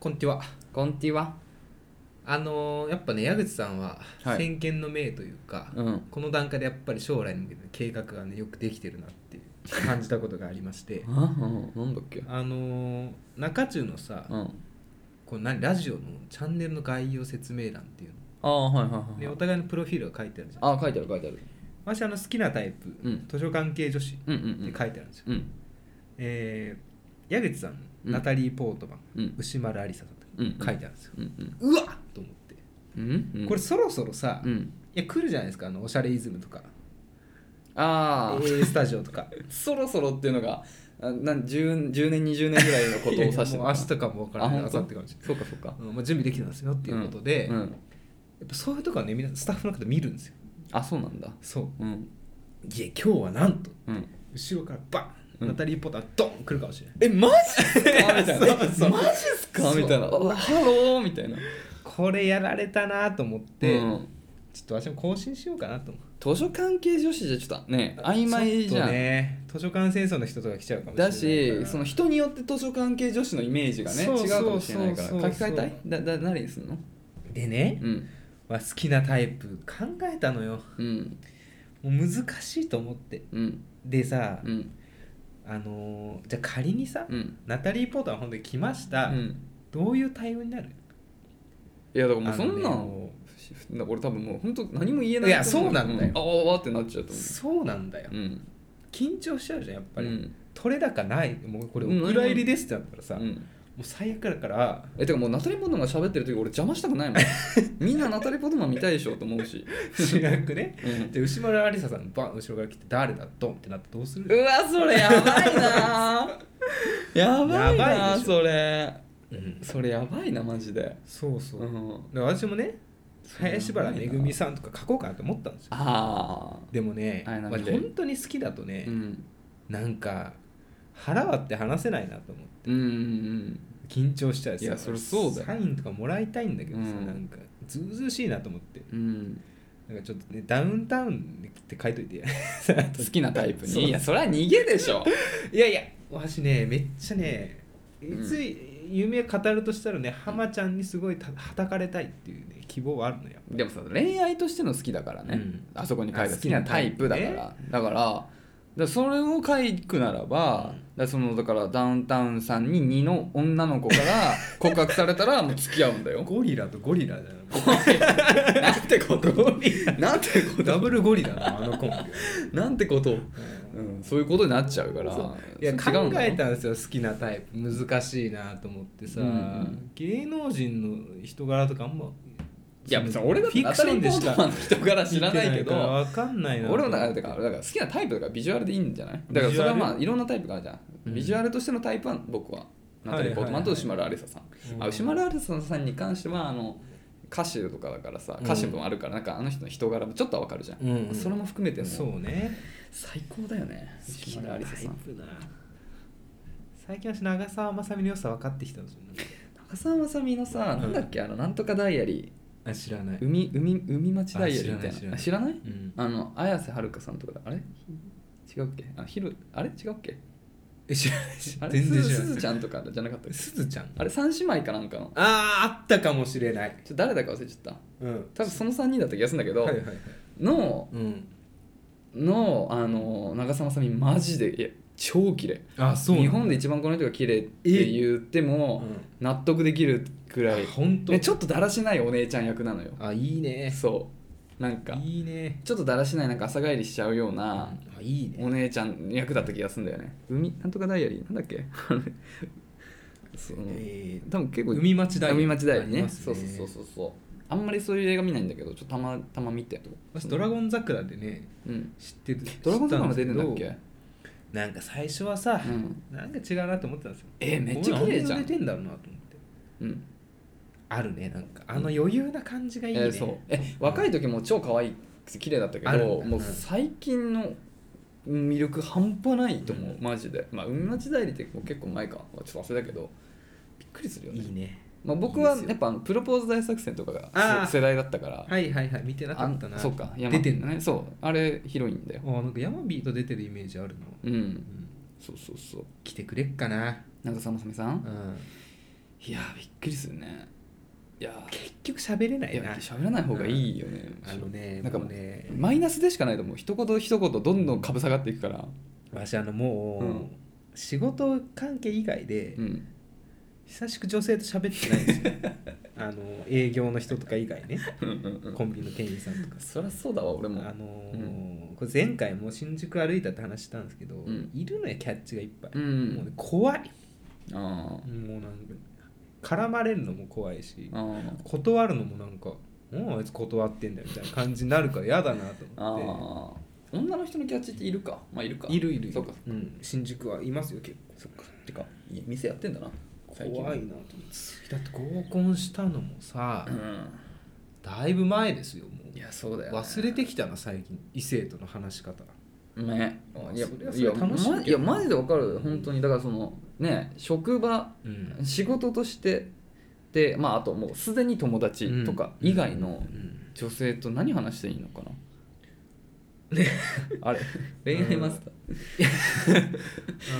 こんにちはこんちは。あのーやっぱね矢口さんははい先見の明というか、うん。この段階でやっぱり将来に向けて計画がねよくできてるなっていう感じたことがありましてあ、うん、なんだっけ。あのー中中のさ、うん。こう何ラジオのチャンネルの概要説明欄っていうああ、はいはのいではい。お互いのプロフィールが書いてあるじゃんああ、書いてある書いてある。私あの好きなタイプ、うん図書館系女子ってうんうん書いてあるんですよ、うん。うん。えー矢口さん、うんナタリー・ポートマン、うん。牛丸ありささんとうん。書いてあるんですよ、うん。うわっと思って、うん。うん。これ。そろそろさ、ういん。や来るじゃないですかあのおしゃれイズムとかああ。 AA スタジオとかそろそろっていうのが、あなん、10, 10年、20年ぐらい のことをいや指いしやてるもう明日かも分からないあ明本後当日かもしれそうか、そうか。ない、うんまあ、準備できてますよっていうことで、うんやうんっぱそういうとこはねみんなスタッフの方見るんですよあ、そうなんだ。そううん。いや今日はなんとうん。後ろからバン、うんナタリー・ポートマンドン来るかもしれないえ、マジっすかみ たいな。そうそうマジっすかみたいな。うわハローみたいな。これやられたなと思って、うんちょっと私も更新しようかなと思う図書関係女子じゃちょっとね、曖昧ちじょっゃとん。ね図書館戦争の人とか来ちゃうかもしれないだしその人人によって図書関係女子のイメージがねそう違うかもしれないからそう書そうき換えたいだだ何にするのでね、うんまあ、好きなタイプ考えたのようんもう難しいと思ってうんでさ、うんあのーじゃあ仮にさ、うんナタリー・ポートは本当に来ました、うんどういう対応になるいやだからもうそんなあのんね俺多分もう本当何も言えないいやそうなんだよあわわってなっちゃうと思そうなんだよ、ううん緊張しちゃうじゃんやっぱり、うん取れ高ないもうこれおうん蔵入りですってなったらさ、うもんう最悪だから えてかもうナタリー・ポトマンが喋ってる時俺邪魔したく ないもんみんなナタリー・ポトマン見たいでしょと思うし主役ねうんで牛丸ありささんバン後ろから来て誰だドンってなってどうすうる、わそれやばいな やばやいばいなでしょそれうんそれやばいなマジでそうそう、うんで私もね林原めぐみあさんとか書こうかなと思ったんですよあでもね、はいまなあ、ん本で当に好きだとね、ーうんなんか腹割って話せないなと思ってうんうん緊張しちゃうしさいやそりゃそうだよサインとかもらいたいんだけどさ、うんなんかずうずうしいなと思ってうんうんなんかちょっとねダウンタウンって書いといて好きなタイプそうにいやそれは逃げでしょいやいや私ねめっちゃねうんつい夢語るとしたらね浜ちゃんにすごいたはたかれたいっていうね希望はあるのよでもさ恋愛としての好きだからね、うんあそこに書いあた好好ききななタイプだから、だからだからそれを書くならば、うんだからそのだからダウンタウンさんに2の女の子から 告白されたらもう付き合うんだよゴリラとゴリラだよ なんてことゴリラ なんてこ ダブルゴリラなあのコンビは、となんてこと、うん、そういうことになっちゃうからいやそ考れ違うんだよえたんですよ好きなタイプ難しいなと思ってさ、うんうん芸能人の人柄とかあんまいや別に俺だってナタリー・ポートマンの人から知らないけど分かんないな俺もだからだからだから好きなタイプだからビジュアルでいいんじゃないだからビジュそれアはルまあいろんなタイプがあるじゃん、うんビジュアルとしてのタイプは僕はナタリー・ポートマンとはいはいはい牛丸有沙さん、うんあ牛丸有沙さんに関してはあの歌手とかだからさうん歌手もあるからなんかあの人の人柄もちょっとはわかるじゃん、うんうんそれも含めてもそううね最高だよね牛丸有沙さんプな最近私長澤まさみの良さ分かってきたんですよね高澤まさみのさ、うんなんだっけあのなんとかダイアリあ知らないー海海海町ダイアリーみたいあ知らなないあ知らないうんあの綾瀬はるかさんとかだあれ違うっけあひろあれ違うっけえ知らない知あられない全然すず知らすずなちゃんとかじゃなかったっいけすずちゃんあれ三姉妹かなんかのあーあったかもしれないちょ誰だか忘れちゃったうん多分その3人だった気がするんだけど、はいはいはいのうんのあの長澤まさみマジでいや超綺麗あそう日本で一番この人が綺麗って言っても納得できるくらい、本当ね、ちょっとだらしないお姉ちゃん役なのよあいいねそうなんかいいねちょっとだらしないなんか朝帰りしちゃうようなあいいねお姉ちゃん役だった気がするんだよね海なんとかダイアリーなんだっけあれそうえ多分結構海町大海町だよありねますねそうそうそうそうそうあんまりそういう映画見ないんだけどちょっとたまたま見てー私ドラゴン桜でねうん知ってるドラゴンとかも出てんだっ知たんですけけどなんか最初はさうんなんか違うなと思ってたんですよえめっちゃ綺麗じこゃれ何色出んてんだろうなと思ってうんあるねなんかあの余裕な感じがいいえねーそうえ若い時も超可愛くて綺麗だったけあるんどだもううん最近の魅力半端ないと思ううんマジでまあ海町代理ってもう結構前かちょっと忘れたけどびっくりするよねいいねまあ僕いいはですよやっぱあのプロポーズ大作戦とかあーが世世代だったからはいはいはい見てなかあったなそうか山出てんのねそうあれ広いんだよあなんかヤマビーと出てるイメージあるのううんんそうそうそう来てくれっかな長澤まさみさうんんいいやびっくりするねいや結局喋れないいやな喋らない方がいいよね、あのねなんかもうねマイナスでしかないと思う一言一言どんどんかぶさがっていくからわしあのもう、うん仕事関係以外でうん久しく女性と喋ってないんですよ あの営業の人とか以外ねコンビの店員さんとかそりゃそうだわ俺もあのーこれ前回も新宿歩いたって話したんですけど、うんいるのよキャッチがいっぱい、うもうねん怖いあもうなんか絡まれるのも怖いしーあ断るのもなんか「もうあいつ断ってんだよ」みたいな感じになるから嫌だなとー思っあー女の人のキャッチっているかまあいるかているいるいるそうかうん、新宿はいますよ結構そっかてかいい店やってんだな最近怖いなと思ってだって合コンしたのもさうんだいぶ前ですよもういやそうだよね忘れてきたな最近異性との話し方ねまあいやそれはいやそれ楽しいけどまいやマジでわかる本当にだからそのね職場うん仕事としてでまああともうすでに友達とか以外のうん女性と何話していいのかな、あれ恋愛マスタあ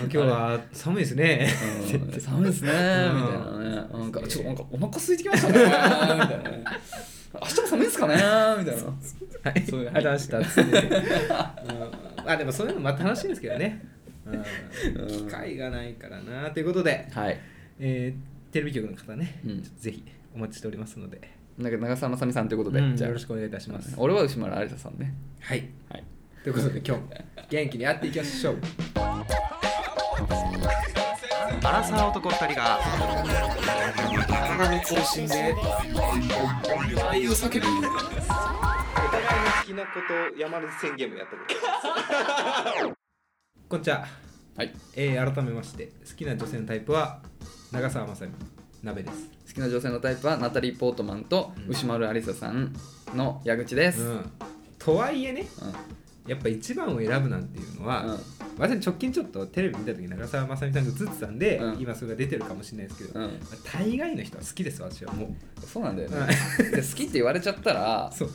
今日は寒いですねー、うん、寒いですねみたいなねなんかちょっとなんかお腹空いてきましたねみたいなね明日も寒いですかねみたいなはい、そういう話したっつって、うんあでもそういうのまあ楽しいんですけどね、ううんん、機会がないからなということで、はいえーテレビ局の方ね、うんちょっとぜひお待ちしておりますので、なんか長澤まさみさんということで、うんじゃあよろしくお願いいたします、俺は牛丸有田さんねはいはいということで今日も元気にやっていきましょうアラサー男2人が仲間に中心で愛を叫ぶお互いの好きなことを山根宣言もやってる こんにちは、はいえー改めまして好きな女性のタイプは長澤まさみ鍋です好きな女性のタイプはナタリー・ポートマンとうん牛丸有りささんの矢口です、うんん、とはいえねうんやっぱ一番を選ぶなんていうのは、私直近ちょっとテレビ見た時長澤まさみさんが映ってたんで、うん今それが出てるかもしれないですけど、うん大概の人は好きです私はもう、そうなんだよね、うで好きって言われちゃったらそう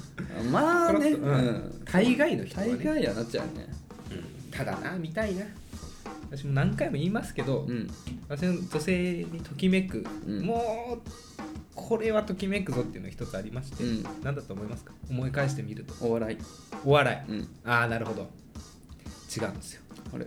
まあね、コロッとううんん、大概の人は、ね、大概やなっちゃうねただな見たいな私も何回も言いますけど、うん私の女性にときめく、うんもうこれはときめくぞっていうのが一つありまして、うん何だと思いますか思い返してみるとお笑いお笑い、うんああなるほど違うんですよあれ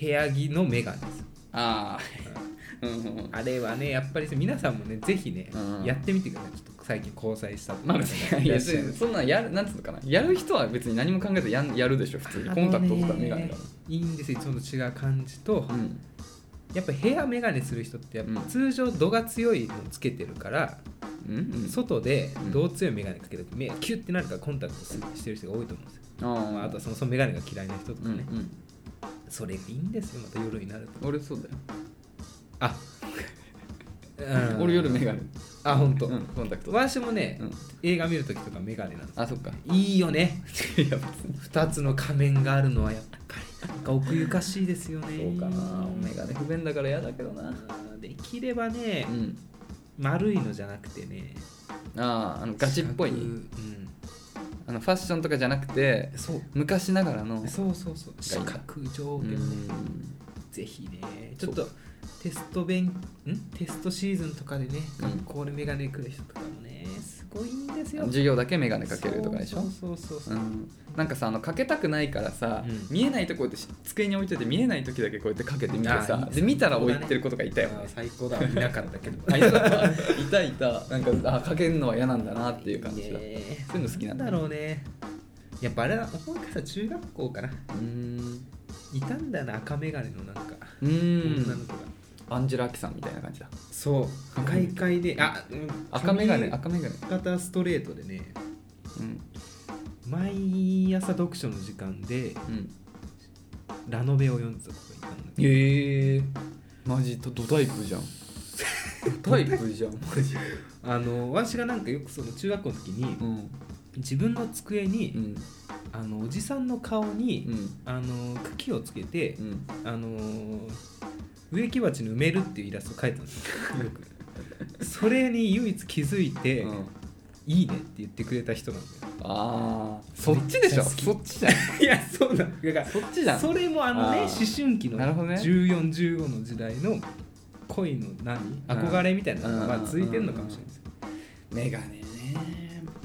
部屋着のメガネですああうんうんうんあれはねやっぱり皆さんもねぜひね、うんやってみてくださいちょっと最近交際したとまあか別にいや別にそんなんやるなんつうのかなやる人は別に何も考えてやんやるでしょ普通にコンタクトとか眼鏡だかいいんですよいつもと違う感じと、らうんやっぱヘアメガネする人ってやっぱうん通常度が強いのつけてるから、うんうん外でうん度強いメガネかけて目がキュッてなるからコンタクトすしてる人が多いと思うんですよ、あーまあ、あとはそもそもメガネが嫌いな人とうかんうね、んそれがいいんですよまた夜になると俺そうだよあ、 うん俺夜眼鏡あ本当。うんコンタクト私もね、うん映画見るときとかメガネなんですよあそっかいいよね いや別に2つの仮面があるのはやっぱりなんか奥ゆかしいですよねそうかな眼鏡不便だから嫌だけどなうんできればね、うん丸いのじゃなくてねあああのガチっぽいうん、あのファッションとかじゃなくてそう昔ながらのそうそうそう四角上下うね、んぜひねちょっとテスト勉んテストシーズンとかでねうん学校でメガネくる人とかもねすごいんですよ授業だけ眼鏡かけるとかでしょそうそうそうそうう、んなんかさあのかけたくないからさ、うん見えないとこうやってし机に置いといて見えない時だけこうやってかけてみてあーいいさねで見たら置いてる子とかいたよ、あー最高だいなかったけど あいたいたいたなんかあーかけるのは嫌なんだなっていう感じがねそういうの好きなんだだろうねやっぱあれだ思い返したら中学校かなうーんいたんだよな赤眼鏡のなんか、うー女のん子がアンジェラ・アキさんみたいな感じだそう赤い開会であ、うん赤眼鏡髪赤眼鏡型ストレートでねうん毎朝読書の時間でうんラノベを読んでた子がいたんだけどええマジとドタイプ じゃんドタイプじゃんマジあの私がなんかよくその中学校の時に、うん自分の机に、うんあのおじさんの顔に、うんあの茎をつけて、うんあの植木鉢に埋めるっていうイラストを描いたんですよよくそれに唯一気づいて、うんいいねって言ってくれた人なんだよああそっちでしょめっちそっちじゃ んいやそうなんだからそっちじゃんそれもあのねあ思ー春期のなるほどね1415の時代の子恋の何憧れみたいなのがまあ続いてんのかもしれないですけメガネね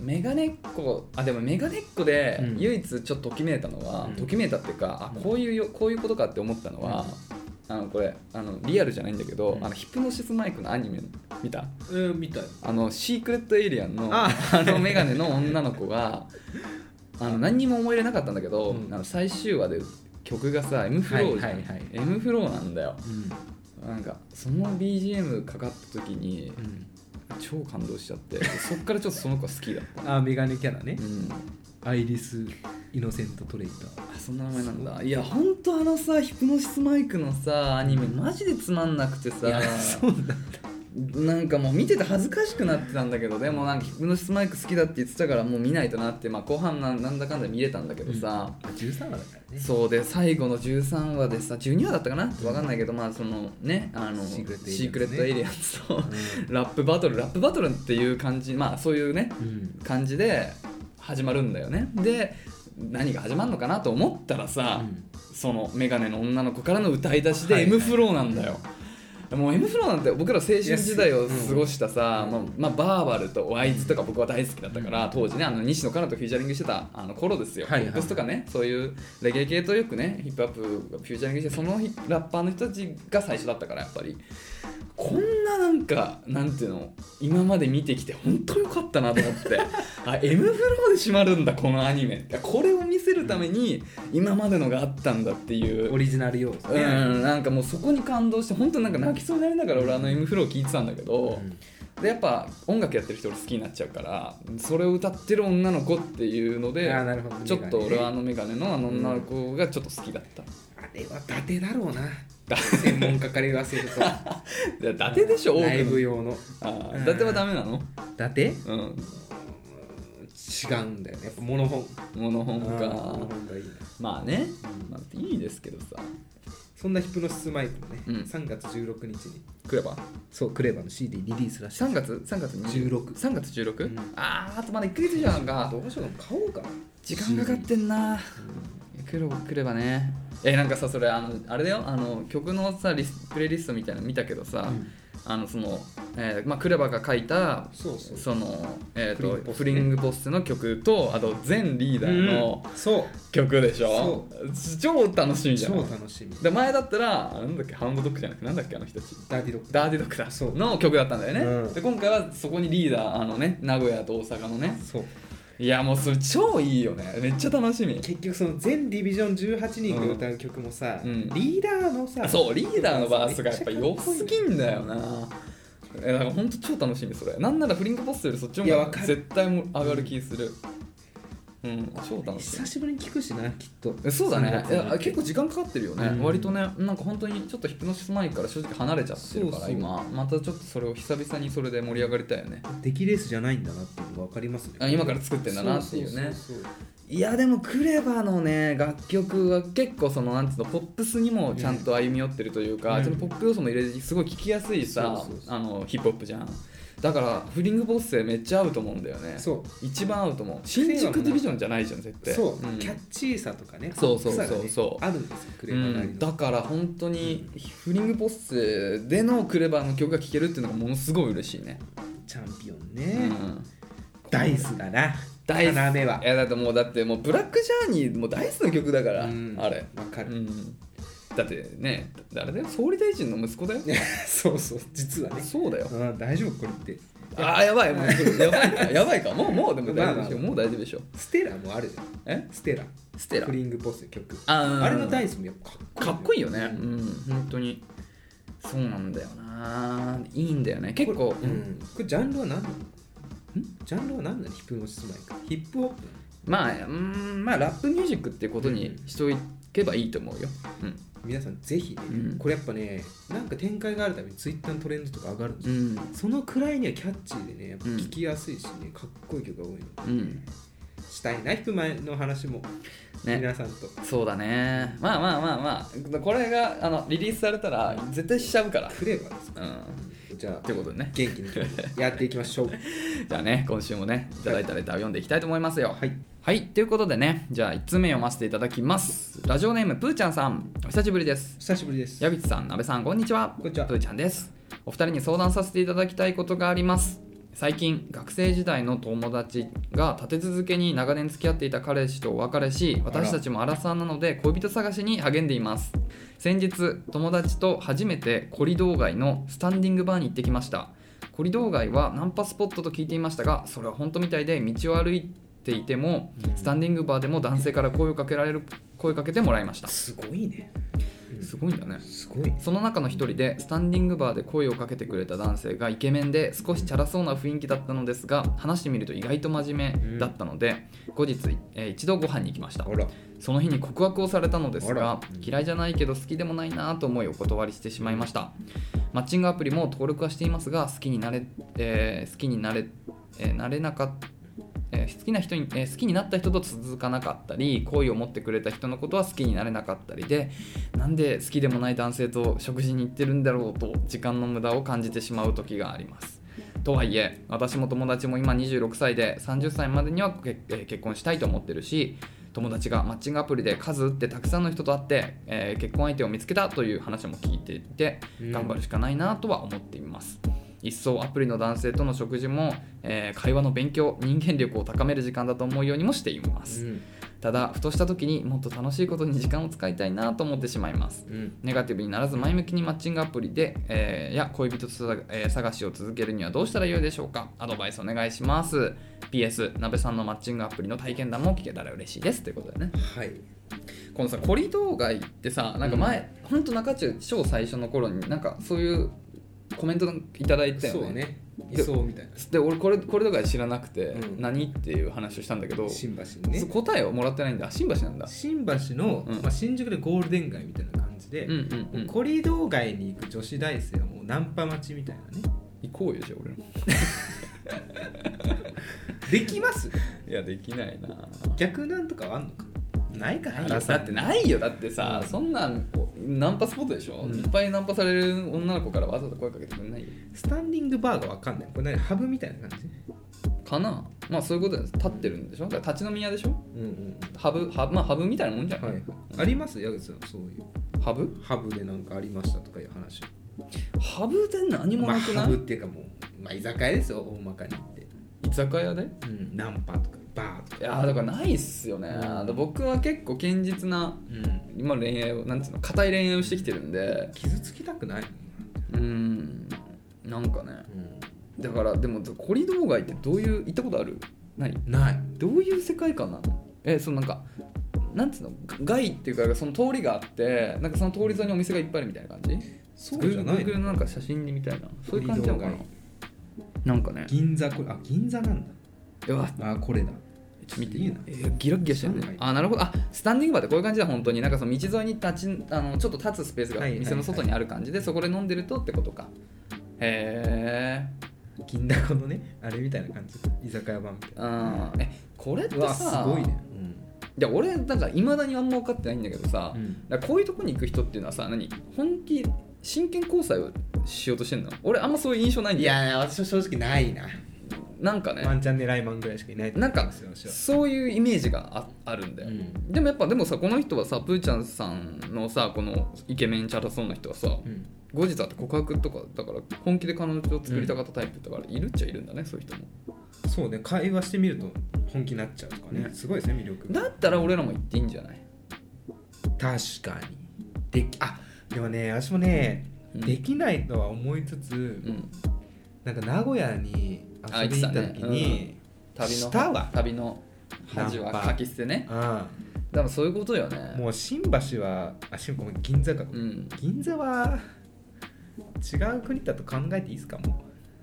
メガネっ子あでもメガネっ子でうん唯一ちょっとときめいたのは、うんときめいたっていうかあうんこういうよこういうことかって思ったのは、あのこれあのリアルじゃないんだけど、うんあのヒプノシスマイクのアニメ見たどうんみたいあのシークレットエイリアンのああのメガネの女の 子があの何にも思い入れなかったんだけど、うんあの最終話で曲がさ M フローじゃん、はいはいはい M フローなんだよなんかその BGM かかった時に超感動しちゃってそっからちょっとその子好きだった、あメガネキャラねうん、アイリス・イノセント・トレイターあそんな名前なんだいやほんとあのさヒプノシスマイクのさアニメマジでつまんなくてさなんかもう見てて恥ずかしくなってたんだけどでもなんかヒプノシスマイク好きだって言ってたからもう見ないとなって、まあ、後半なんなんだかんだ見れたんだけどさ、 13話だからねそうで最後の13話でさ12話だったかな分かんないけどまあそのねあのシークレットエイリアンズねシークレットエうイリアンズと、ラップバトルラップバトルっていう感じまあそういうねん感じで始まるんだよねで何が始まるのかなと思ったらさ、そのメガネの女の子からの歌い出しはでいはい M フローなんだよ、もう M フローなんて僕ら青春時代をいやす過ごしたさ、うまあまあ、バーバルとワイズとか僕は大好きだったから、当時ねあの西野カナとフューチャリングしてたあの頃ですよ、はいはいポップスとかねそういうレゲエ系とよくねヒップアップがフューチャリングしてその日ラッパーの人たちが最初だったからやっぱりこんななんかなんていうの今まで見てきて本当良かったなと思って あ M フローで閉まるんだこのアニメいやこれを見せるために今までのがあったんだっていうオリジナル要素うねん、なんかもうそこに感動して本当なんか泣きそうになりながら俺あの M フロー聴いてたんだけど、でやっぱ音楽やってる人俺好きになっちゃうからそれを歌ってる女の子っていうのであーなるほどちょっと俺はああのメガネのあの女の子がちょっと好きだった、れは伊達だろうなだ専門家から言わせるといや伊達でしょ多くライブの用のあー伊達はダメなの伊達うん違うんだよねやっぱモノホンモノホンうんモノかホンがいいなまあね、まあ、いいですけどさそんなヒプノシスマイクもね、うん3月16日にクレバそうクレバの CD リリースらしい3月3月16 3月 16?、うんあーあとまだ1ヶ月じゃんかどうしようかな買おうかな時間かかってんな黒くればねえなんかさそれあのあれだよあの曲のさリスプレイリストみたいなの見たけどさ、うんあのその、えーまあ、クレバが書いたそうそうその、えーフリングとポスフリングボスの曲とあと全リーダーのうんそう曲でしょ、超楽しみじゃ超ん楽しみで前だったらなんだっけハウンドドッグじゃなくてなんだっけあの人たちダーティードッグダーディドッグだそうの曲だったんだよね、うんで今回はそこにリーダーあのね名古屋と大阪のねそういやもうそれ超いいよねめっちゃ楽しみ結局その全ディビジョン18人が歌う曲もさ、うんリーダーのさそうリーダーのバースがやっぱ良すぎんんだよなえだからほんと超楽しみそれなんならフリンクポストよりそっちのいや方わがかる絶対も上がる気するうん超楽し久しぶりに聞くしなきっとみそうだねいや結構時時間かかってるよね、うん割とねなんか本当にちょっとヒプノシス前から正直離れちゃってるかそらうそう今またちょっとそれを久々にそれで盛り上がりたいよね間出来レースじゃないんだなっていうのが分かりますねあ今から作ってんだなっていうねそうそうそういやでもクレバのね楽曲は結構そのなんつうのポップスにもちゃんと歩み寄ってるというか、うんそのポップ要素も入れてすごい聴きやすいさそうそうそうあのヒップホップじゃんだからフリングボス生めっちゃ合うと思うんだよねそう一番合うと思う新宿ディビジョンじゃないじゃん絶対そう、んキャッチーさとかねそうそう草がねそうそうあるんですよクレうバーなりん、だの、から本当にフリングボスでのクレバの曲が聴けるっていうのがものすごい嬉しいね、チャンピオンうね、ん、ダイスだなダイス要はいやだってもうだってもうブラックジャーニーもダイスの曲だから、うんあれわかる、 うん、だってねだあれだよ総理大臣の息子だよそうそう実はねそうだようん大丈夫これってああやばいもうやばいか やばいかもうもうでも大丈夫でまあしょまあもう大丈夫でしょステラもあるじゃんえステラステラフリングポスの曲あーあれのダイスもやっぱかかっっここいいいいよよねうん本当にそうなんだよないいんだよね結構これ,、うん、これジャンルは何なのジャンルは何なのヒップノシスマイクヒップホップまあうんまあラップミュージックってことにしとけばいいと思うよ、うん皆さんぜひね、うんこれやっぱねなんか展開があるたびにツイッターのトレンドとか上がるんですうよ、んそのくらいにはキャッチーでねやっぱうん聞きやすいしね、かっこいい曲が多いのうんしたいなヒップマイの話も、ね皆さんとそうだねまあまあまあまあこれがあのリリースされたら絶対しちゃうからくればですかうんじゃあってことでね元気に やっていきましょう。じゃあね、今週もね、いただいたレターを読んでいきたいと思いますよ。はいということでね、じゃあ1通目読ませていただきます。ラジオネーム、ぷーちゃんさん、お久しぶりです。久しぶりです矢口さん、なべさん、こんにちは。こんにちはぷーちゃんです。お二人に相談させていただきたいことがあります最近学生時代の友達が立て続けに長年付き合っていた彼氏とお別れし私たちもアラサーなので恋人探しに励んでいます先日友達と初めてコリ道街のスタンディングバーに行ってきましたコリ道街はナンパスポットと聞いていましたがそれは本当みたいで道を歩いていてもスタンディングバーでも男性から声をかけられる声かけてもらいましたすごいねすごいんだねすごいねその中の一人でスタンディングバーで声をかけてくれた男性がイケメンで少しチャラそうな雰囲気だったのですが話してみると意外と真面目だったので、後日、えー一度ご飯に行きましたほらその日に告白をされたのですあらが嫌いじゃないけど好きでもないなと思いお断りしてしまいましたマッチングアプリも登録はしていますが好きになれ、えー好きになれ、えーなれなかったえー好きな人に、えー好きになった人と続かなかったり好意を持ってくれた人のことは好きになれなかったりでなんで好きでもない男性と食事に行ってるんだろうと時間の無駄を感じてしまう時がありますとはいえ私も友達も今26歳で30歳までには結,、えー結婚したいと思ってるし友達がマッチングアプリで数打ってたくさんの人と会って、えー結婚相手を見つけたという話も聞いていてうん頑張るしかないなとは思っています、一層アプリの男性との食事も、えー会話の勉強人間力を高める時間だと思うようにもしています、んただふとした時にもっと楽しいことに時間を使いたいなと思ってしまいますうんネガティブにならず前向きにマッチングアプリで、えーや恋人つさ、えー探しを続けるにはどうしたらよいでしょうかアドバイスお願いします PS 鍋さんのマッチングアプリの体験談も聞けたら嬉しいですということでねはいこのさコリ動画ってさなんか前、ほんと中中超最初の頃になんかそういうコメントいただいたよねそうねいそうみたいなで俺これこれとか知らなくて、うん何っていう話をしたんだけど、新橋にねそう答えをもらってないんだ新橋なんだ新橋の、うんまあ、新宿でゴールデン街みたいな感じで、うんうんうんコリドー街に行く女子大生はもうナンパ待ちみたいなね行こうよじゃあ俺もできますいやできないな逆なんとかはあんのかないかないよだってないよだってさ、うんそんなんナンパスポットでしょ、うんいっぱいナンパされる女の子からわざわざ声かけてくれないよスタンディングバーがわかんないこれ何ハブみたいな感じかなまあそういうことです立ってるんでしょだから立ち飲み屋でしょうんうんハブハブまあハブみたいなもんじゃない、はいあります矢口さんそういうハブハブでなんかありましたとかいう話ハブで何もまあなくなハい、ブっていうかもう、まあ、居酒屋ですよ大まかに言って、居酒屋でうん、ナンパとかバーとかいやーだからないっすよね、うんで僕は結構堅実なうん今の恋愛をなんつうの固い恋愛をしてきてるんで傷つきたくない、うーんなんかねうだからでもコリドー街ってどういう行ったことあるないん、ないどういう世界観なのえそのなんかなんつうの街っていうかその通りがあってなんかその通り沿いにお店がいっぱいあるみたいな感じそうじゃない Google のなんか写真にみたいなそういう感じなのかなコリドなんかね銀座これあ銀座なんだうわあこれだちょっと見ていいなえーギラギラしてる知らなねいあなるほどあスタンディングバーってこういう感じだ本当になんかその道沿いに立ちあのちょっと立つスペースがはいはいはい店の外にある感じでそこで飲んでるとってことかへえ銀だこのねあれみたいな感じ居酒屋版みたいなうんえこれってうわすさごいね、いや俺なんかいまだにあんま分かってないんだけどさ、うんだからこういうとこに行く人っていうのはさ何本気真剣交際をしようとしてんの俺あんまそういう印象ないんいだよや私は正直ないな、なんかねワンチャン狙いマンぐらいしかいないと思いますよ私はそういうイメージがああるんだよ、うんでもやっぱでもさこの人はさプーちゃんさんのさこのイケメンチャラそうな人はさ、うん後日あって告白とかだから本気で彼女を作りたかったタイプだからいるっちゃいるんだね、そういう人もそうね会話してみると本気になっちゃうとかねねすごいですね魅力だったら俺らも行っていいんじゃない確かにできあでもね私もね、うんできないとは思いつつ、うんなんか名古屋に遊びに行った時に旅のしたわ旅の恥ナはンパかき捨てねあでもそういうことよあねもう新橋はあ新ごめん銀座か、うん銀座は違う国だと考えていいですかも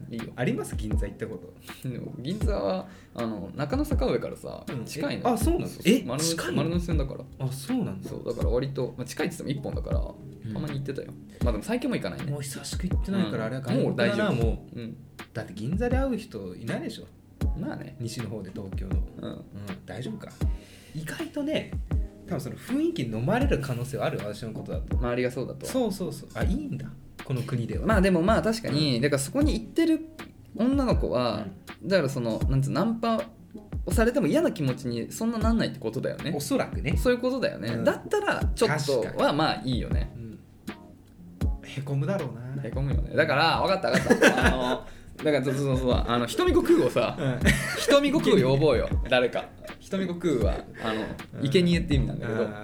ういいよあります銀座行ったことでも銀座はあの中野坂上からさ、うん近いえのあそうなのえ丸の内近いの丸の内線だからあそうなんそうだから割と、まあ、近いって言っても1本だから、んたまに行ってたよまあでも最近も行かないねもう久しく行ってないからうんあれは外国だな、もう大丈夫もうんうだって銀座で会う人いないでしょまあね西の方で東京の、うんうん、大丈夫か意外とね多分その雰囲気に飲まれる可能性はある私のことだと周りがそうだとそうそうそうあいいんだこの国では、まあでもまあ確かに、だからそこに行ってる女の子は、だからそのなんつうのナンパをされても嫌な気持ちにそんななんないってことだよねおそらくねそういうことだよね、うんだったらちょっと確かにはまあいいよねうんへこむだろうなへこむよねだから分かった分かったあ のだからそうそうそうあの瞳悟空をさ瞳悟空呼ぼ うよ誰か瞳悟空はあうのん生贄って意味なんうだけどん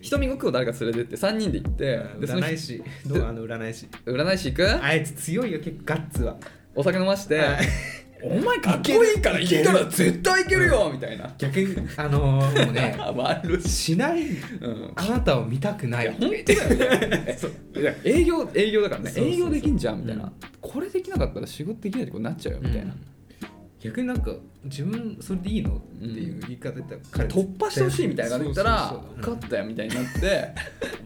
瞳悟空を誰か連れてって3人で行ってでその占い師どうあの占い師占い師行くあいつ強いよ結構ガッツはお酒飲ましてはい「お前かっこいいから行ったら絶対いけるよ」みたいな逆にあのー、もうね 悪ししないうんあなたを見たくない本当だよねいや営業営業だからねそうそうそう営業できんじゃんみたいな、うんこれできなかったら仕事できないってことになっちゃうよみたいな、逆になんか自分それでいいのっていう言い方だったら彼突破してほしいみたいなこと言ったらそうそうそう分かったよみたいになって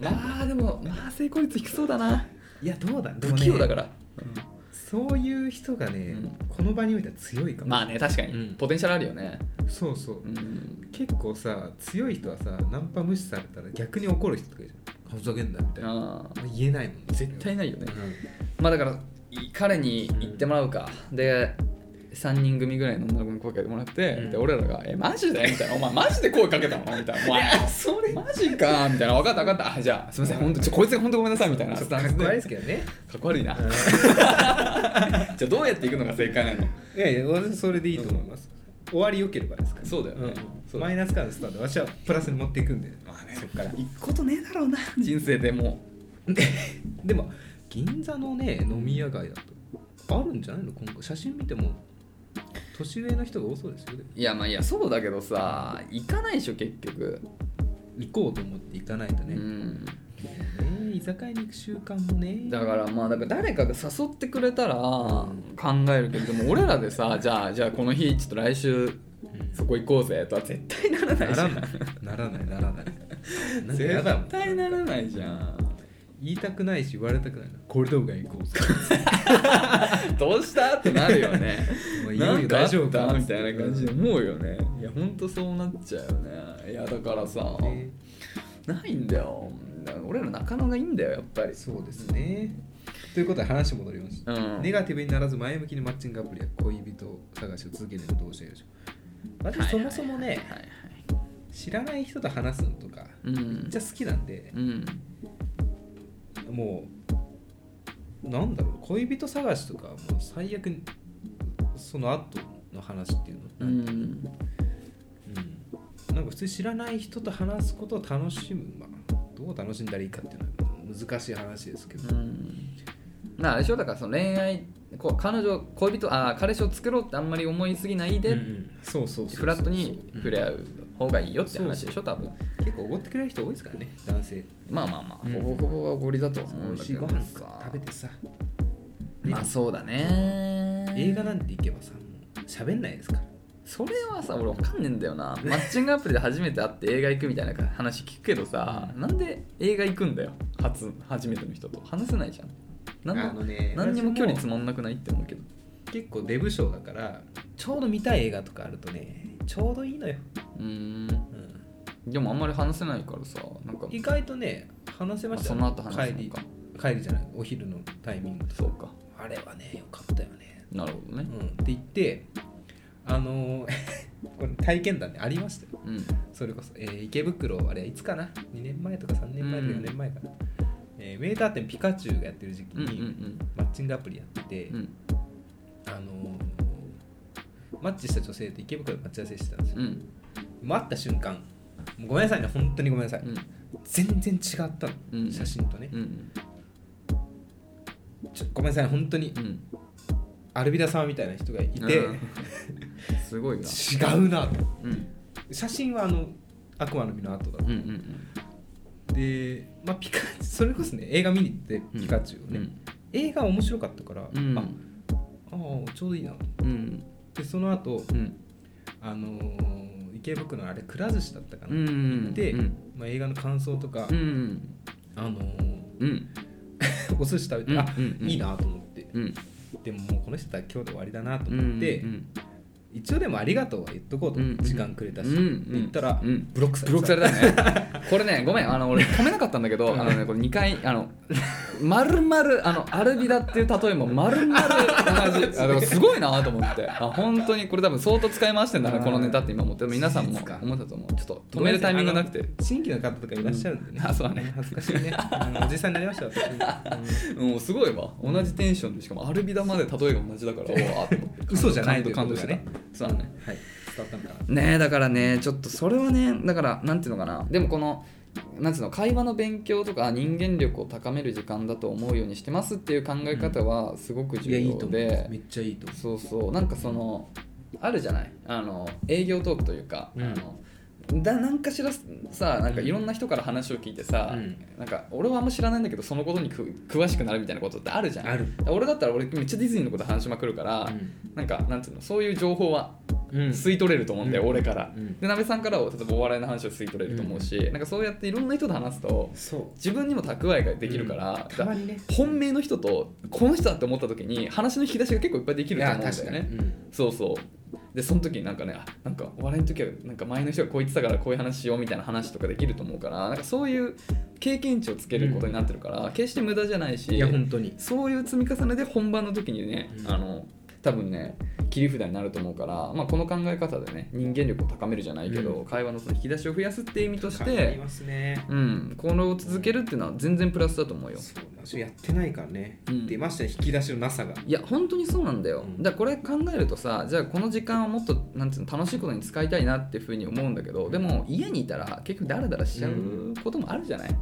まあでもまあ成功率低そうだないやどうだで不もね器用だから、そういう人がね、うんこの場においては強いかも、まあね確かに、うんポテンシャルあるよね、そうそううん、結構さ強い人はさナンパ無視されたら逆に怒る人とかいるじゃんふざけんなみたいなあー言えないもん絶対ないよねうんまあだからい彼に言ってもらうか、で3人組ぐらいの女の子に声かけてもらって、うんで俺らが「えマジで?」みたいな「お前マジで声かけたの?」みたいな「お前それマジか」みたいな「分かった分かったあじゃあすいません本当ちょこいつが本当ごめんなさい」みたいちなょっスとタかンっスこで悪いでかすけどねっこ悪いなじゃあどうやっていくのが正解なのいやいや私それでいいと思います、終わりよければですからそうだよねんそうマイナスからのスタート私はプラスに持っていくんでまあねそっから行くことねえだろうな人生でもでも銀座のね飲み屋街だとあるんじゃないの今後写真見ても年上の人が多そうですよねいやまあいやそうだけどさ行かないでしょ結局、行こうと思って行かないとうね,、んね居酒屋に行く習慣もねだからまあだから誰かが誘ってくれたら考えるけどでも俺らでさじゃあじゃあこの日ちょっと来週そこ行こうぜとは絶対ならないなじらゃないんならないならないなんかやだも絶ん対ならないじゃん言いたくないし言われたくないなこれ動画行こうぜ どうしたってなるよね もういよいよなんかあ大丈夫っかたなみたいな感じで思うよねいやほんとそうなっちゃうよねいやだからさねないんだよだから俺ら仲間がいいんだよやっぱりそうですねということで話戻りますうんネガティブにならず前向きにマッチングアプリや恋人探しを続けるのどうしたらいいでしょうはい私はいそはいもそもねはいはい知らない人と話すのとかうんめっちゃ好きなんでうんもうなんだろう恋人探しとかはもう最悪にその後の話っていうの、ううんんなんか普通に知らない人と話すことを楽しむ、まあ、どう楽しんだらいいかっていうのは難しい話ですけど、うんまああれでしょだからその恋愛こう彼女恋人あー彼氏を作ろうってあんまり思いすぎないで、うんうんそうそうそうそうフラットに触れ合う方がいいよって話でしょ多分結構おごってくれる人多いですからね男性まあまあまうんあほぼほぼがおごりだと思美うん味だしけいごど飯さ食べてさ、まあそうだね映画なんて行けばさもう喋んないですからそれはさ俺わかんねえんだよなマッチングアプリで初めて会って映画行くみたいな話聞くけどさなんで映画行くんだよ初初めての人と話せないじゃんあ何のも,、ね何にも距離つもまんなくないって思うけど結構デブ症だからちょうど見たい映画とかあるとねちょうどいいのよ、うーんうん、でもあんまり話せないからさなんか意外とね話せまあしたそよの後話す帰のりか帰りじゃないお昼のタイミングそうかあれはねよかったよねなるほどうねんって言ってあのー これ体験談でありましたようんそれこそ、えー池袋あれいつかな2年前とか3年前とか4年前かな、えーメーター店ピカチュウがやってる時期うんうに、んうんマッチングアプリやってて、うんあのーマッチした女性と池袋で待ち合わせしてたんですよ、うん待った瞬間もうごめんなさいね本当にごめんなさい、うん全然違ったの、うん写真とね、うんちょごめんなさいね本当にうんアルビダ様みたいな人がいて、うん すごいな違うなとうん写真はあの悪魔の実の後だうんうんで、まあ、ピカそれこそね映画見に行ってうんピカチュウをうね、ん映画面白かったから、うんああーちょうどいいなとうんでその後うんあのー池袋のあれくら寿司だったかうな、んでうんまあ、映画の感想とか、うんあのー うんお寿司食べて、うんあ、うんうんいいなと思ってうんでももうこの人は今日で終わりだなと思って、うん一応でもありがとうは言っとこうと思って、うん時間くれたし、うんうん言ったら、うんブロックされブたロックされたねこれねごめんあの俺止めなかったんだけどあうんの、ね、これ2回あの丸々あのアルビダっていう例えも丸々同じあでもすごいなと思ってあ本当にこれ多分相当使い回してんだなうんこのネタって今思って皆さんも事実か思ったと思うちょっと止めるタイミングなくて新規の方とかいらっしゃるんでね、うんあそうだね恥ずかしい ねうんおじさんになりました私、うんすごいわ同じテンションでしかもアルビダまで例えが同じだからおわーと思って嘘じゃないというこ感と動がしてねねそうだねはい伝わったのかなねえだからねちょっとそれはねだからなんていうのかなでもこのなんていうの会話の勉強とか人間力を高める時間だと思うようにしてますっていう考え方はすごくい重やいいと要思うで、めっちゃいいと思うそうそうなんかそのあるじゃないあの営業トークというか、うんあのだなんかしらさなんかいろんな人から話を聞いてさ、うんなんか俺はあんま知らないんだけどそのことにく詳しくなるみたいなことってあるじゃんある俺だったら俺めっちゃディズニーのこと話しまくるから、なんかなんていうのそういう情報はうん吸い取れると思うんだよ、うん俺から、うんでなべさんからは例えばお笑いの話を吸い取れると思うし、なんかそうやっていろんな人と話すとそ自分にも蓄えができるから、うたまにね本命の人とこの人だって思った時に話の引き出しが結構いっぱいできると思うんだよね、そうそうでその時になんかねあなんかお笑いの時はなんか前の人がこう言ってたからこういう話しようみたいな話とかできると思うからなんかそういう経験値をつけることになってるから、決して無駄じゃないしいや本当にそういう積み重ねで本番の時にね、うんあの多分ね切り札になると思うから、まあ、この考え方でね人間力を高めるじゃないけど、う会話のその引き出しを増やすって意味としわかりて、ますねうん、これを続けるっていうのは全然プラスだと思うよ。そう私やってないからね、うん出ましたね引き出しのなさがいや本当にそうなんだうよ、んだからこれ考えるとさじゃあこの時間をもっとなんていうの楽しいことに使いたいなっていうふうに思うんだけどでも家にいたら結局ダラダラしちゃうこともあるじゃない、っ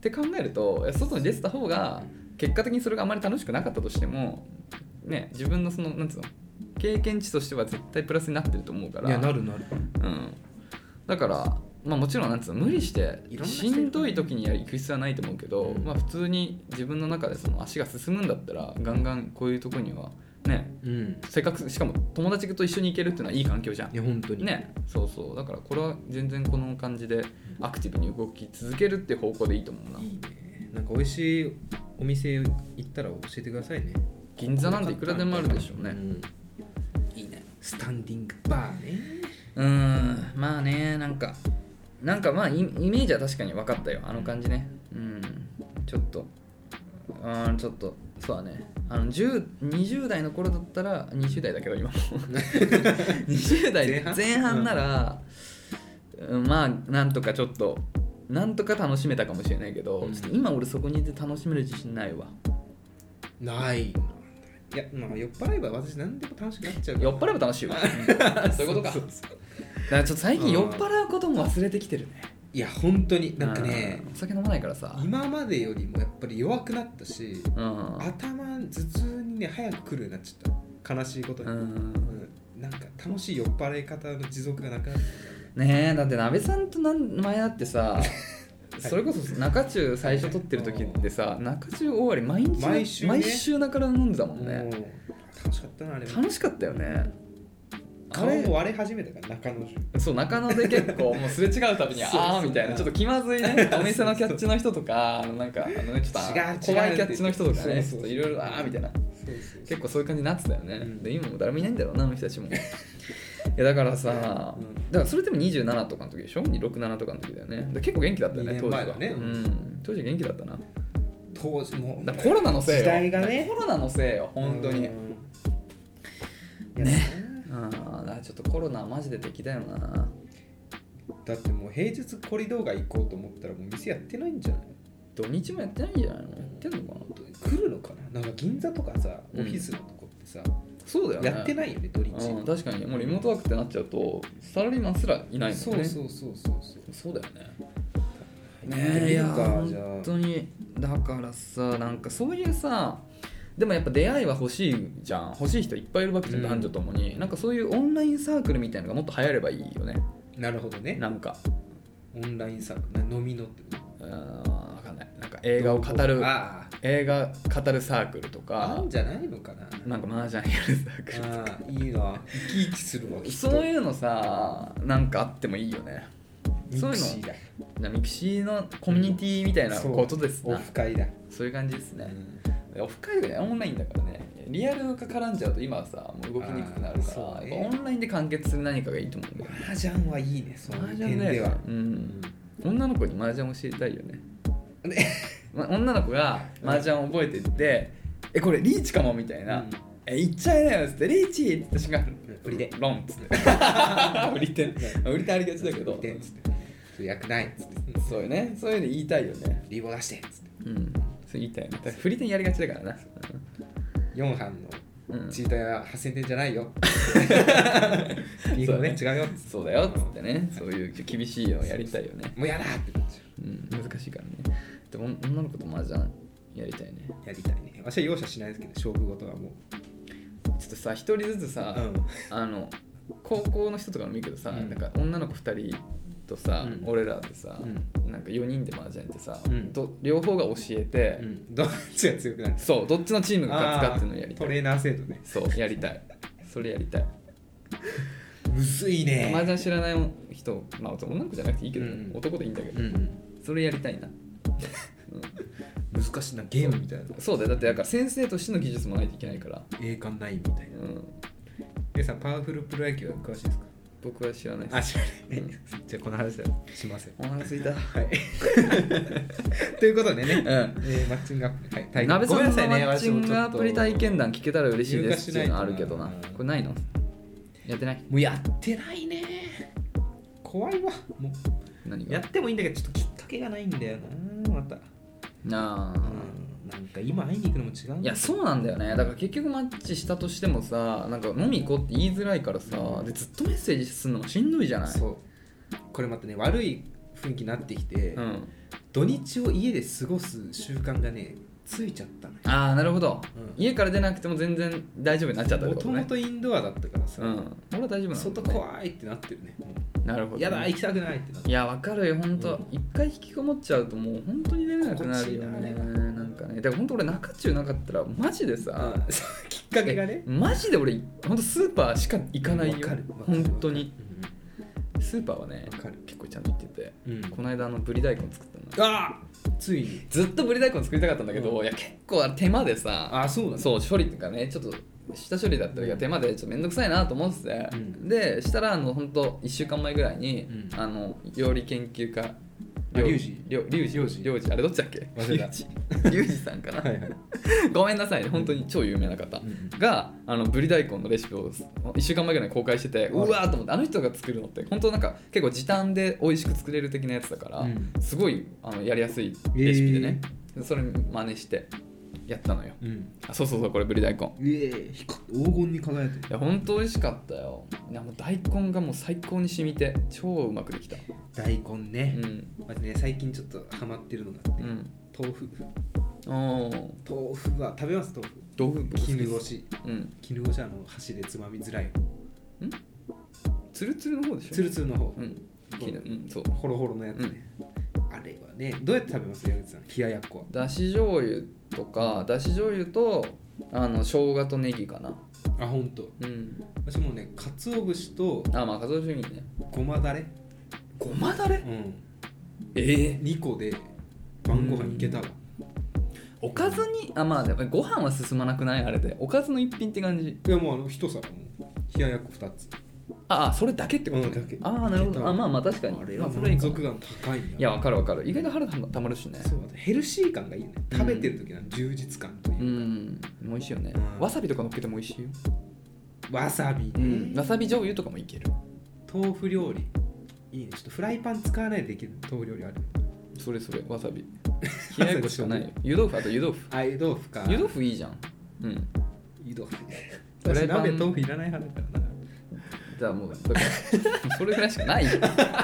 て考えるといや外に出てた方が結果的にそれがあまり楽しくなかったとしてもね自分のそのなんていうの経験値としては絶対プラスになってると思うからいやなるなるうん、だからまあもちろんなんつうの無理していろんな人しいるんどい時にやり行く必要はないと思うけど、うんまあ普通に自分の中でその足が進むんだったらガンガンこういうとこにはねうんせっかくしかも友達と一緒に行けるっていうのはいい環境じゃんいや本当にねそうそうだからこれは全然この感じでアクティブに動き続けるって方向でいいと思うないいねなんか美味しいお店行ったら教えてくださいね銀座なんていくらでもあるでしょううねんいいねスタンディングバーねうーんまあねなんかなんかまあイイメージは確かに分かったよあの感じねうんちょっとうーんちょっとそうだねあの10 20代の頃だったら20代だけど 今も20代前前半半なら、うんまあなんとかちょっとなんとか楽しめたかもしれないけど、うんちょっと今俺そこにいて楽しめる自信ないわないいやまあ酔っ払えば私何でも楽しくなっちゃう酔っ払えば楽しいわうん そういうことかそうそうそうだからちょっと最近酔っ払うことも忘れてきてるねいや本当になんかねうんお酒飲まないからさ今までよりもやっぱり弱くなったしうん頭頭痛にね早く来るようになっちゃった悲しいことに、ううんんなんか楽しい酔っ払い方の持続がなくなったんだよねねえだって鍋さんとなん前だっ てさそれこそ中中最初撮ってる時ってさ中中終わり毎日毎週ね毎週中から飲んでたもんもねう楽しかったなあれも楽しかったよねあ顔れも割れ始めたから中野中そう中野で結構もうすれ違うたびに そうそうああみたいなちょっと気まず いねお店のキャッチの人とかあのなんかあのねちょっと違う違うって怖いキャッチの人とかねそうそうちょっといろいろああみたいなそうそう結構そういう感じになってたよね、うんで今もう誰もいないんだろうなあの人た ちもいやだからさ、うんだからそれでも27とかの時でしょ267とかの時だよねだから結構元気だったよね二年当時前はだねうん、当時元気だったなだか当時もらコロナのせいよ時代がねコロナのせいよ本当に、うんいやねああだからちょっとコロナはマジで敵だよなだってもう平日コリドーが行こうと思ったらもう店やってないんじゃない土日もやってないんじゃないのやってんのかな来るのかななんか銀座とかさオうフんィスのとこってさ、そうだよねやってないよね土日、うん、確かにもうリモートワークってなっちゃうとサラリーマンすらいないもんねそうそうそうそうそうそうだよねやってねえみいやるかじゃあ本当にだからさなんかそういうさでもやっぱ出会いは欲しいじゃん欲しい人いっぱいいるわけじゃん、うん男女ともになんかそういうオンラインサークルみたいなのがもっと流行ればいいよねなるほどねなんかオンラインサークルな飲みのってことうーん分かんないなんか映画を語るああ映画語るサークルとあかんじゃないのか ななんかマージャンやるサークルとかああいいな生き生きするわきっとそういうのさなんかあってもいいよねミそうクいうシのーだなミクシーのコミュニティみたいなそうことですオなフ会だ、そういう感じですね、オフ会がねオンラインだからねねリアルが絡んじゃうと今はさもう動きにくくなるからあーそうねやっぱオンラインで完結する何かがいいと思うんだよね麻雀はいいねその点では、ううんん、女の子に麻雀を知りたいよねま女の子が麻雀を覚えてって「えこれリーチかも」みたいな「えいっちゃいなよ」っつって「リーチ!」って言った瞬間売り手ロン」っ つって売り手売り手ありがちだけど売り手っつってそれ役ないっつってそうよねそういうの言いたいよねリボ出してっつってうんそう言いたいよねだから振り手やりがちだからな4班うん、うのんチーターは8000点じゃない よリンゴね違うよっつってそうだよっつってねそういう厳しいのをやりたいよね、もうやだーってなっちゃうん、難しいからねでも女の子と麻雀やりたいねうやりたいね私は容赦しないですけど勝負事はもちょっとさ一人ずつさ、ううんあの高校の人とかも見るけどさ、うんなんか女の子2人とさ、うん俺らでさ、うなんか4人で麻雀ってさ、うんど両方が教えて、うんどっちが強くなるそうどっちのチームが勝つかっていうのをやりたトいレーナー制度ねそうやりたいそれやりたいむずいね麻雀知らない人まあ女の子じゃなくていいけどね、うんうん男でいいんだけど、うんそれやりたいな難しいなゲームみたいなそうだよだってだから先生としての技術もないといけないから、栄冠ないみたいなうん、えさんパワフルプロ野球は詳しいですか僕は知らないですあ知らない、うんじゃあこの話はしませんお腹すいたはい。 ということでね、うえんーマッチングアプリ、はい、体験鍋さんごめのマッチンんなさいね私もちグょアっとプリ体験談聞けたら嬉しいですっていうのはあ入る荷しなけいとどななこれないのやってないもうやってないね。怖いわ。も何うやがってもいいんだけど、ちょっときっかけがないんだよな、また。なうあん、なんか今会いに行くのも違うんいだやそうなんだよねだから結局マッチしたとしてもさなんか飲み行こうって言いづらいからさでずっとメッセージするのもしんどいじゃないそう。これまたね、悪い雰囲気になってきて、うん、土日を家で過ごす習慣がね、ついちゃったのよ。ああなるほど、うん家から出なくても全然大丈夫になっちゃったっもてことともねとインドアだったからさ、うん俺は大丈夫なの、ね、外怖いってなってるね。もなるほうどね、やだ、行きたくないってなってるいやわかるよ本当、う一回引きこもっちゃうともう本当に出れなくなるよ心地いねいなんかねだから本当俺中中なかったらマジでさ、そう きっかけがねマジで俺本当スーパーしか行かないよわかるわかる本当にスーパーはねわかる結構ちゃんと行っててうんこの間あのブリ大根作ったのあーついにずっとブリ大根作りたかったんだけど、いや結構あれ手間でさあそうなんだそう処理とかねちょっと下処理だったりが手間でちょっと面倒くさいなと思ってて、うんでしたらあの本当1週間前ぐらいに、うんあの料理研究家あ料リュウジリュリュウジリュウジリュウジあれどっちだっけ忘れたリュウジリュウジさんかな、はい はいごめんなさいね本当に超有名な方、んがあのブリ大根のレシピを1週間前ぐらいに公開しててうわーと思ってあの人が作るのって本当なんか結構時短で美味しく作れる的なやつだから、うんすごいあのやりやすいレシピでね、それ真似してやったのようんあそうそうそうこれブリ大根ええ黄金に輝いてるいや本当美味しかったよいやもう大根がもう最高に染みて超うまくできた大根うね、んまずね最近ちょっとハマってるのがあって、うん豆腐おー豆腐は食べます豆腐豆腐僕好き絹ですごしうん絹ごしはあの箸でつまみづらいつるつるの方でしょつるつるの方、うん絹うんそうホロホロのやつね、あれはねどうやって食べます矢口さん冷ややっこはだし醤油とかだし醤油とあの生姜とネギかなあ本当。うん私もうね鰹節とあまあかつお節にねごまだれごまだれうんええ2個で晩ご飯いけたわ、おかずにあまあでもご飯は進まなくないあれでおかずの一品って感じいやもうあの一皿もう冷ややっこ2つああそれだけってこと、うんだけああなるほどあまあまあ確かにまあそれはいい満かな足感高いんだいやわかるわかる意外と腹たまたまるしねそうだヘルシー感がいいよね食べてる時の充実感というう、ん美味しいよねうんわさびとか乗っけても美味しいよわさび、うんわさび醤油とかもいける豆腐料理いいねちょっとフライパン使わないでできる豆腐料理あるそれそれわさ び冷ややっこしかないよ湯豆腐あと湯豆腐あ湯豆腐か湯豆腐いいじゃんうん湯豆腐フラ私イパン鍋豆腐いらない派だからなだからもうだからそれぐらいしかないよ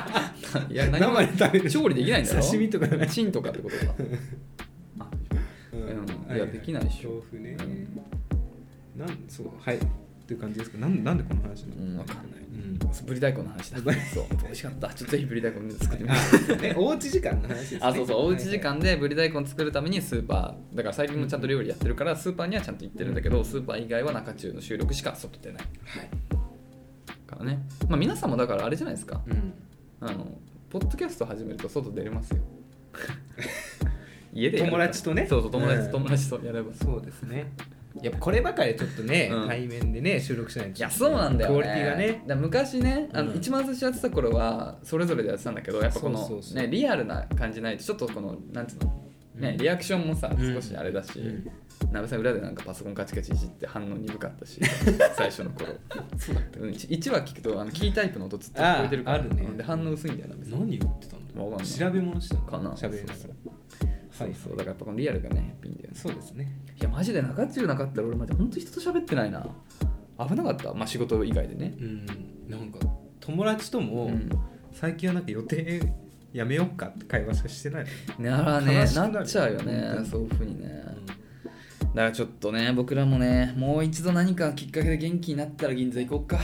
いや何も生で食べる調理できないんだろ刺身とかないチンとかってこと かあうんいやできないでしょ豆腐ね、うんなんそうはいっていう感じですかなんなんでこの話なうの、んわかんないうんぶり大根の話だぶり そう美味しかったちょっとぜひぶり大根作ってみてあね、おうち時間の話です、ね。あそうそうおうち時は間でぶり大根作るためにスーパーだから最近もちゃんと料理やってるからスーパーにはちゃんと行ってるんだけどスーパー以外は中中の収録しか外出ないいはい。はいからねまあ皆さんもだからあれじゃないですかうん。あのポッドキャスト始めると外出れますよ 家でやる友達とねそうそう友達とうん友達とやればそうですね。やっぱこればかりはちょっとね、うん対面でね収録しないといやそうなんだよ、ね、クオリティがねだから昔ねあの、うん一番最初やってた頃はそれぞれでやってたんだけどやっぱこのそうそうそうね、リアルな感じないとちょっとこのなんていうのね、うんリアクションもさうん少しあれだし、うんなべさん裏でなんかパソコンカチカチいじって反応鈍かったし最初の頃そうだっうん一一話聞くとあのキータイプの音ずっと聞こえてるからあーあるねうんで反応薄いんだよなべさん何言ってたんだろうわかんない調べ物してたのかな喋りながらそはういそうだからやっぱこのリアルがねやっぱいいんだよねそうですねいやマジで中中なかったら俺マジで本当人と喋ってないな危なかったまあ仕事以外でねうんなんか友達とも、うん最近はなんか予定やめようかって会話しかしてないの、ならね悲しくななるっちゃうよね本当にそういうふうにねだからちょっとね僕らもねもう一度何かきっかけで元気になったら銀座行こうか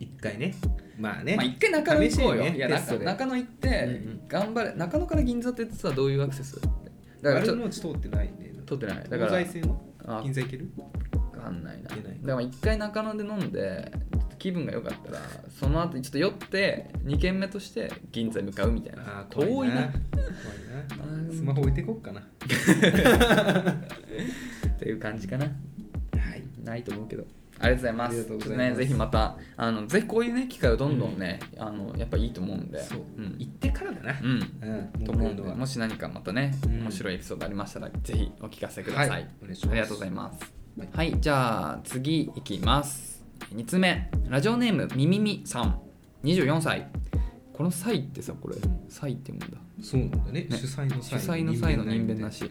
一回ねまあね、まあ一回中野行こうよ試しにねいやテス中トで中野行って、うんうん頑張れ中野から銀座ってさどういうアクセスだあかられちょっのうち通ってないんでと通ってないだから東西線あは銀座行けるわかんないな。いけないでも一回中野で飲んで、ちょっと気分が良かったら、その後にちょっと酔って、2軒目として銀座に向かうみたいな。ー遠いな。怖いあーなスマホ置いてこっかなっていう感じかな。はいないと思うけど。ありがとうございまありす。がとうごちざいょっとますね、ぜひまた、あのぜひこういうね、機会をどんどんね、あのやっぱいいと思うんで。そうん行ってからだなう、んうんとと思思ううののではもし何かまたね、うん面白いエピソードありましたらぜひお聞かせください、はいお願いしますありがとうございますはいはい、じゃあ次いきます2つ目ラジオネームみみみさん24歳この「歳」ってさこれうん「歳」って読むんだそうなんだねね主催の主際催の際の人弁なし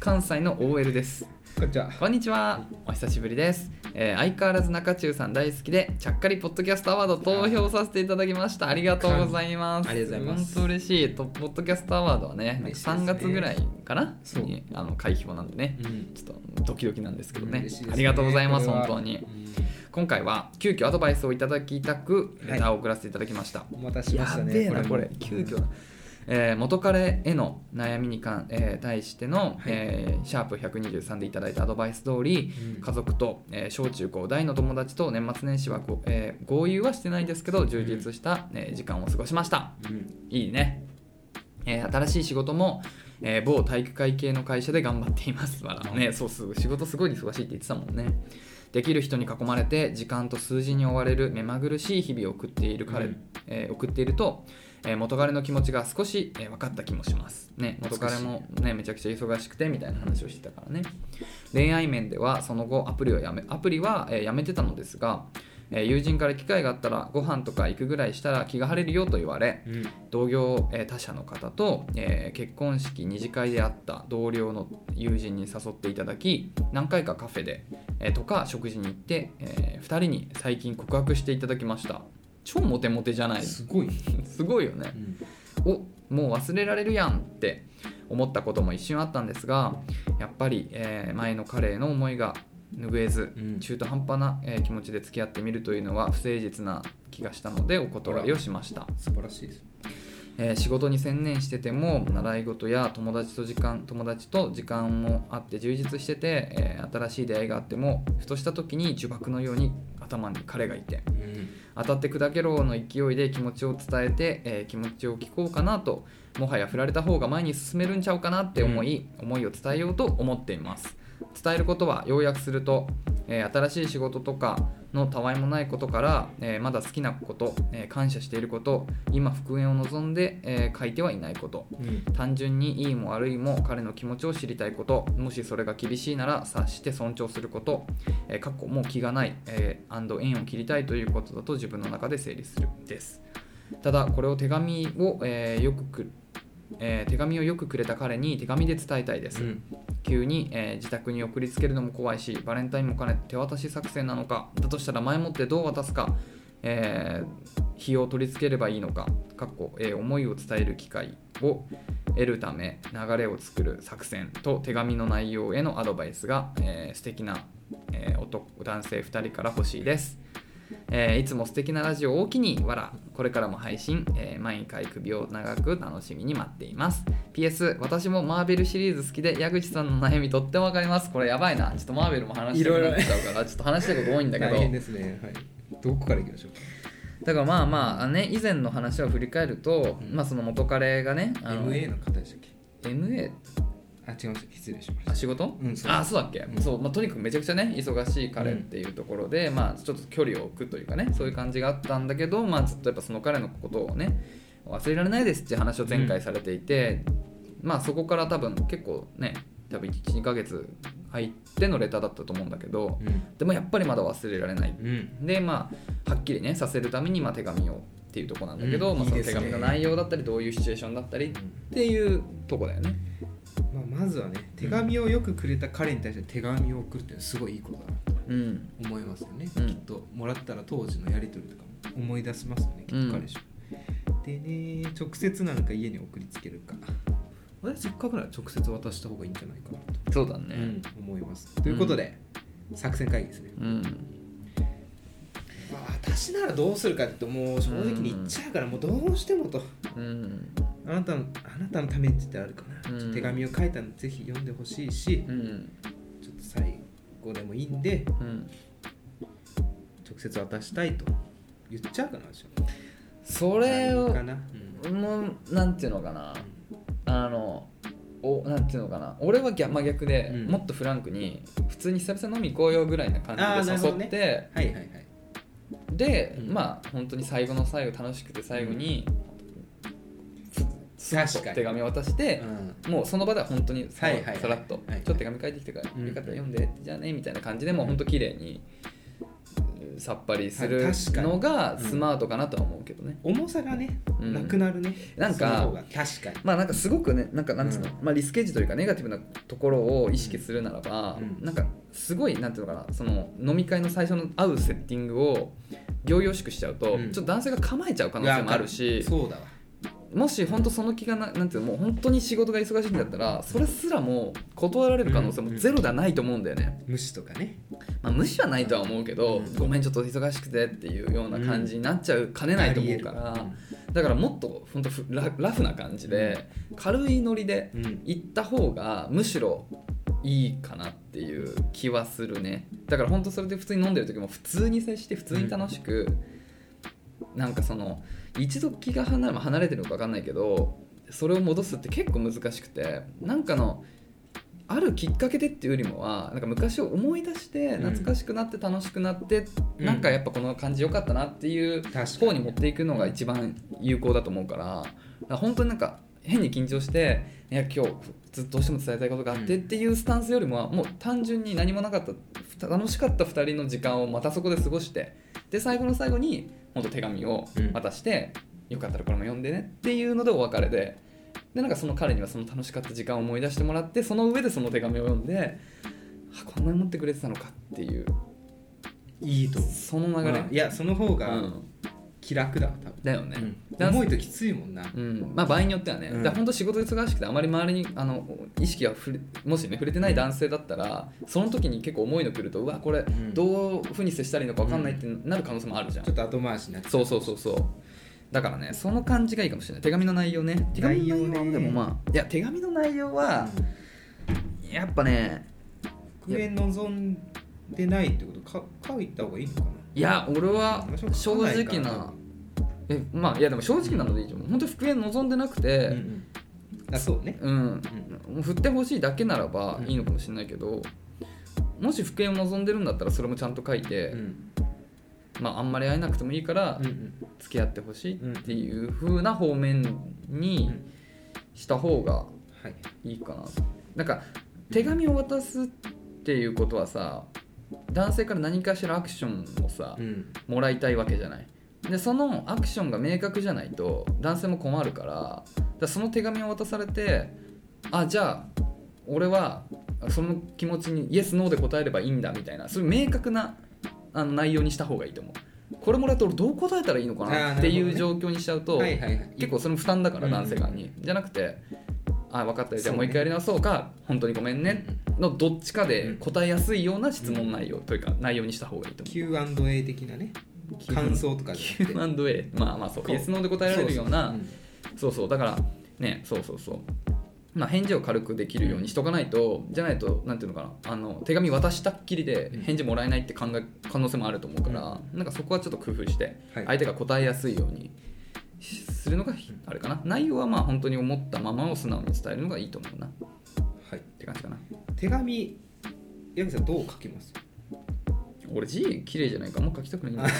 関西の OL ですじゃあこんにちは、お久しぶりです、えー相変わらず中中さん大好きでちゃっかりポッドキャストアワード投票させていただきましたありがとうございますありがとうございます本当嬉しいとポッドキャストアワードはね嬉しいですね3月ぐらいかなそうにあの開票なんでね、うんちょっとドキドキなんですけどね,、嬉しいですねありがとうございますこれ本は当に今回は急遽アドバイスをいただきたくレターを送らせていただきました、お待たせしましたねやべえなこれも急遽だえー元彼への悩みに関、えー対しての、えーシャープ123でいただいたアドバイス通り、うん家族と、えー小中高大の友達と年末年始はご、えー合流はしてないですけど充実した、えー時間を過ごしましたうんいいね、えー新しい仕事も、えー某体育会系の会社で頑張っていますわらねそうす仕事すごい忙しいって言ってたもんねできる人に囲まれて時間と数字に追われる目まぐるしい日々を送っている彼、うんえー送っていると、えー元彼の気持ちが少し、えー分かった気もします、ね、元彼も、ね、めちゃくちゃ忙しくてみたいな話をしてたからね恋愛面ではその後アプリをやめアプリは、えーやめてたのですが、えー友人から機会があったらご飯とか行くぐらいしたら気が晴れるよと言われうん同業、えー他社の方と、えー結婚式二次会で会った同僚の友人に誘っていただき何回かカフェで、えーとか食事に行って、え2人に最近告白していただきました超モテモテじゃないすすごいねごいよねうんおもう忘れられるやんって思ったことも一瞬あったんですがやっぱり、えー前の彼への思いが拭えず、うん中途半端な、えー気持ちで付き合ってみるというのは不誠実な気がしたのでお断りをしました素晴らしいですえー仕事に専念してても習い事や友達と時間友達と時間もあって充実してて、えー新しい出会いがあってもふとした時に呪縛のように頭に彼がいてうん当たって砕けろの勢いで気持ちを伝えて、えー気持ちを聞こうかなともはや振られた方が前に進めるんちゃうかなって思い、思いを伝えようと思っています伝えることは要約すると、えー新しい仕事とかのたわいもないことから、えーまだ好きなこと、えー感謝していること今復縁を望んで、えー書いてはいないことうん単純にいいも悪いも彼の気持ちを知りたいこともしそれが厳しいなら察して尊重すること、えー、過去もう気がない、えー、and 縁を切りたいということだと自分の中で整理するですただこれを手紙を、えーよくく、えー手紙をよくくれた彼に手紙で伝えたいです、うん急に、えー自宅に送りつけるのも怖いしバレンタインも兼ねて手渡し作戦なのかだとしたら前もってどう渡すか、えー日を取り付ければいいのかかっこ、えー思いを伝える機会を得るため流れを作る作戦と手紙の内容へのアドバイスが、えー素敵な、えー男男性2人から欲しいです。えーいつも素敵なラジオを大きにわらこれからも配信、えー毎回首を長く楽しみに待っています PS 私もマーベルシリーズ好きで矢口さんの悩みとってもわかりますこれやばいなちょっとマーベルも話したくなっちゃうからちょっと話したいこと多いんだ けど大変ですねはいどこから行きましょうかだからまあまあね以前の話を振り返ると、うんまあその元彼がねあの MA の方でしたっけ MA あ違います失礼しまあし仕事、うんそうあそうだっけ、うんそうまあ、とにかくめちゃくちゃね忙しい彼っていうところで、まあ、ちょっと距離を置くというかねそういう感じがあったんだけど、まあ、ちょっとやっぱその彼のことをね忘れられないですっていう話を前回されていて、まあそこから多分結構ね多分12ヶ月入ってのレターだったと思うんだけどたうんでもやっぱりまだ忘れられないうんでまあはっきりねさせるためにまあ手紙をっていうとこなんだけど、うんまあ、そいのいです手ね紙の内容だったりどういうシチュエーションだったりっていうとこだよねまあ、まずはね手紙をよくくれた彼に対して手紙を送るっていうのはすごいいいことだなとうん思いますよね、うんきっともらったら当時のやり取りとかも思い出しますよねきっと彼氏も、でね直接なんか家に送りつけるか私せっかくなら直接渡した方がいいんじゃないかなと、そうだね、思いますということで、作戦会議ですね、うんまあ、私ならどうするかってもう正直に言っちゃうからもうどうしてもとうんあなたのあなたのためにって言ったらあるかな、うんちょっと手紙を書いたのぜひ読んでほしいし、うんちょっと最後でもいいんでうん直接渡したいと言っちゃうかな私はそれをかな、うんもうなんていうのかなあのおなんていうのかな俺は逆真逆で、うんもっとフランクに普通に久々飲み行こうよぐらいなあ感ーじなるでほど誘ねって、はいはいはいで、うんまあ本当に最後の最後楽しくて最後に、す確かに手紙を渡して、もうその場では本当にさ,、はいはいはいさらっと、はいちょっと手紙書いてきてから、うんよかったら読んでじゃあねみたいな感じでもう本当綺麗にうんさっぱりすはるい確かにのがうんスマートかなとは思うけどね、重さがね、うんなくなるねなんかその方が確かにまあなんかすごくねなんかなんつうの、うまあ、リスケージというかネガティブなところを意識するならば、うんなんかすごいなんていうのかなその飲み会の最初の合うセッティングを行々しくしちゃうと、うんちょっと男性が構えちゃう可能性もあるしそうだわもし本当その気がななんていうのもう本当に仕事が忙しいんだったらそれすらも断られる可能性もゼロではないと思うんだよね、無視とかねまあ、無視はないとは思うけど、うんごめんちょっと忙しくてっていうような感じになっちゃうかねないと思うから、だからもっと本当ふララフな感じで軽いノリでうん、うん行った方がむしろいいかなっていう気はするねだから本当それで普通に飲んでる時も普通に接して普通に楽しく、なんかその一度気が離れまあ離れてるのか分かんないけどそれを戻すって結構難しくてなんかのあるきっかけでっていうよりもはなんか昔を思い出してうん懐かしくなって楽しくなって、うんなんかやっぱこの感じ良かったなっていう確かに方に持っていくのが一番有効だと思うからだから本当になんか変に緊張していや今日ずっとどうしても伝えたいことがあってうっんていうスタンスよりもはもう単純に何もなかったふた楽しかった2人の時間をまたそこで過ごしてで最後の最後に本当手紙をうん渡して、よかったらこれも読んでねっていうのでお別れででなんかその彼にはその楽しかった時間を思い出してもらってその上でその手紙を読んであこんなに持ってくれてたのかっていういいと思うその流れ、うんいやその方うがん気楽だわ多分、だよね。うん、重いときついもんな、うんまあ、場合によってはね、うんだから本当仕事忙しくてあまり周りにあの意識が触れもしね触れてない男性だったらその時に結構重いの来るとうわこれんどうふうに接したらいいのか分かんないってなる可能性もあるじゃん、ちょっと後回しになっちゃうそうそうそうそうだからねその感じがいいかもしれない手紙の内容ね手紙の内内容容ねでもまあいや手紙の内容はやっぱね復縁望んでないってことか書いた方がいいのかないや俺は私は正書かいか直なえまあいやでも正直なのでいいと思う本当に復縁望んでなくて、うんうんあそうねうん、振ってほしいだけならばいいのかもしれないけど、もし復縁を望んでるんだったらそれもちゃんと書いて、うんまあ、あんまり会えなくてもいいからうんうん付き合ってほしいっていう風な方面にした方がはいいいかななんか手紙を渡すっていうことはさ男性から何かしらアクションをさ、うんもらいたいわけじゃないでそのアクションが明確じゃないと男性も困るからだからその手紙を渡されてあじゃあ俺はその気持ちにイエスノーで答えればいいんだみたいなそういう明確なあの内容にした方がいいと思うこれもらって俺どう答えたらいいのかあなーっていなうるほ状況にしちゃうと、はいはいはい結構それも負担だからうん男性側に、じゃなくてあ分かったよじゃあもう一そうね回やり直そうか本当にごめんねのどっちかで答えやすいような質問内容というか内容にした方がいいと思う Q&A 的なね感想とかじゃなくて Q&A まあまあそうこう Yes No で答えられるようなそうそうだからねそうそうそうまあ返事を軽くできるようにしとかないとじゃないとなんていうのかなあの手紙渡したっきりでうん返事もらえないって考え可能性もあると思うからなんかそこはちょっと工夫してはい相手が答えやすいようにしするのがひあれかな内容はまあ本当に思ったままを素直に伝えるのがいいと思うなはいて感じかな手紙矢口さんどう書きます 俺字綺麗じゃないかあんま書きたくないんだ よ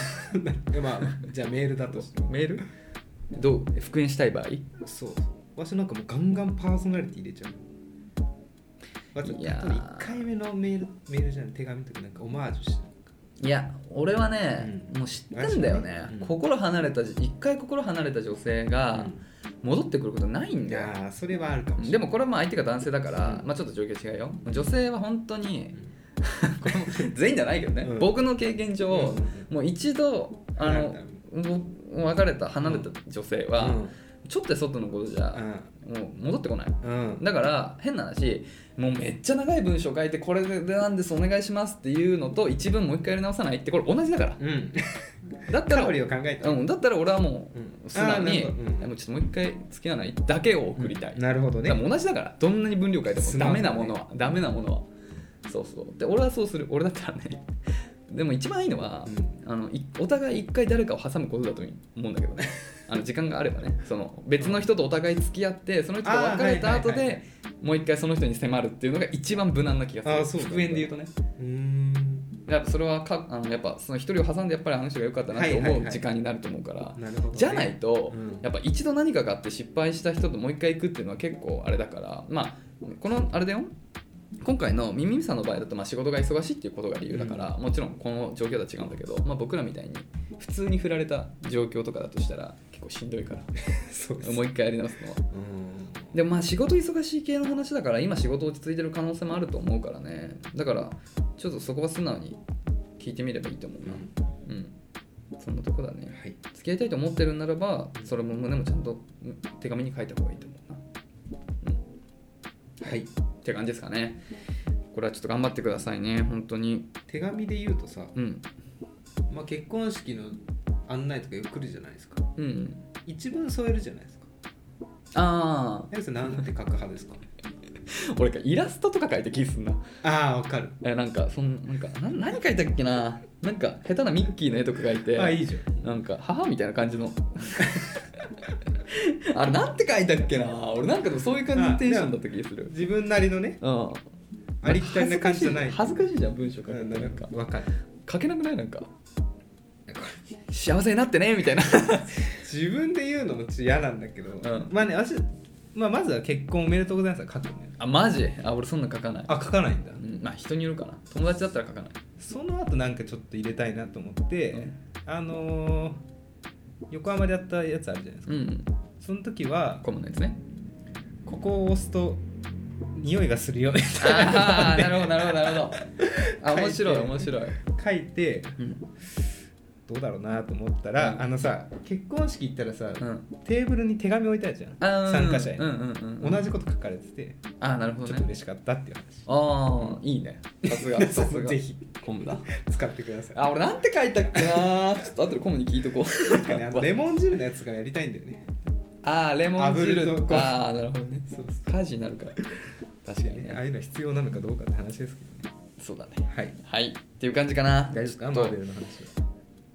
いやまあじゃあメールだとしてメールどう復縁したい場合そうわしなんかもうガンガンパーソナリティ入れちゃうわしいやーただ1回目のメールメールじゃない手紙の時なんかオマージュしていや俺はね、うんもう知ってんだよねあそうねうん心離れた一回心離れた女性が戻ってくることないんいだよ、やーそれはあるかもしでれないもこれはまあ相手が男性だから、うんまあ、ちょっと状況違うよ女性は本当にこれも全員じゃないけどね、うん僕の経験上、うんもう一度あの離れ僕別れた離れた女性は、ちょっとや外のことじうゃ、んもう戻ってこないうんうんだから変な話もうめっちゃ長い文章書いてこれでなんですお願いしますっていうのと一文もう一回やり直さないってこれ同じだからうんだった カらロリーを考えたうん、だったら俺はもうんう素直に、あーなるほどうんもうちょっともう一回付き合わないだけを送りたい、なるほどねだからもう同じだからどんなに分量書いても素ダ直だメねなものは、ダメなものはそうそうで俺はそうする俺だったらねでも一番いいのは、うあのいお互い一回誰かを挟むことだと思うんだけ どねあの時間があればねその別の人とお互い付き合ってその人と別れた後あーはいはいはいはでもう一回その人に迫るっていうのが一番無難な気がするあーそうなんだ復縁で言うとねうーんやっぱそれはかあのやっぱその一人を挟んでやっぱりあの人が良かったなってはいは思いうはい時間になると思うから、なるほどねじゃないと、うんやっぱ一度何かがあって失敗した人ともう一回行くっていうのは結構あれだからまあこのあれだよ今回のミミミさんの場合だとまあ仕事が忙しいっていうことが理由だから、もちろんこの状況とは違うんだけど、まあ、僕らみたいに普通に振られた状況とかだとしたら結構しんどいからそうですもう一回やり直すのはうんでもまあ仕事忙しい系の話だから今仕事落ち着いてる可能性もあると思うからねだからちょっとそこは素直に聞いてみればいいと思うなうん、そんなとこだねはい付き合いたいと思ってるならばそれも胸もちゃんとうん手紙に書いた方がいいと思うなはいって感じですかねこれはちょっと頑張ってくださいね本当に手紙で言うとさうんまあ結婚式の案内とかよく来るじゃないですかうん一番添えるじゃないですかああ矢口さんなんて書く派ですか俺かイラストとか書いて気すんな ああわかるえなんかそんなんかな何書いたっけななんか下手なミッキーの絵とか書いてあいいじゃんなんか母みたいな感じの あれなんて書いたっけな俺なんかでもそういう感じのテンションだった気がする自分なりのねうんありきたりな感じじゃない恥ずかしいじゃん文章書くうのんななんんかかわかる書けなくないなんか幸せになってねみたいな 自分で言うのもちょっと嫌なんだけど、んまあね私、まあ、まずは結婚おめでとうございますは書くねあマジあ俺そんな書かないあ書かないんだ、うん、まあ人によるかな友達だったら書かないその後なんかちょっと入れたいなと思って、うんあのー横浜でやったやつあるじゃないですか、うんその時はコムのや つねここを押すと匂いがするよみたいなあ あなるほどなるほどな るほどあ面白い書いて面白い、書いてうんどうだろうなと思ったら、うんあのさ結婚式行ったらさ、うんテーブルに手紙置いてあるじゃんあー、参加者に、うんうんうんうん同じこと書かれててああなるほちょっとどね嬉しかったっていう話ああいいねさすが さすがぜひコムだ使ってくださいあ俺なんて書いたっけなちょっと後でコムに聞いとこうなんかねあ のレモン汁のやつがやりたいんだよねああレモン炙汁るとこああなるほどねそうそ火事になるから確かにねああねいうのは必要なのかどうかって話ですけどねそうだねはいはいっていう感じかな大丈夫ですかちょマっとーベルの話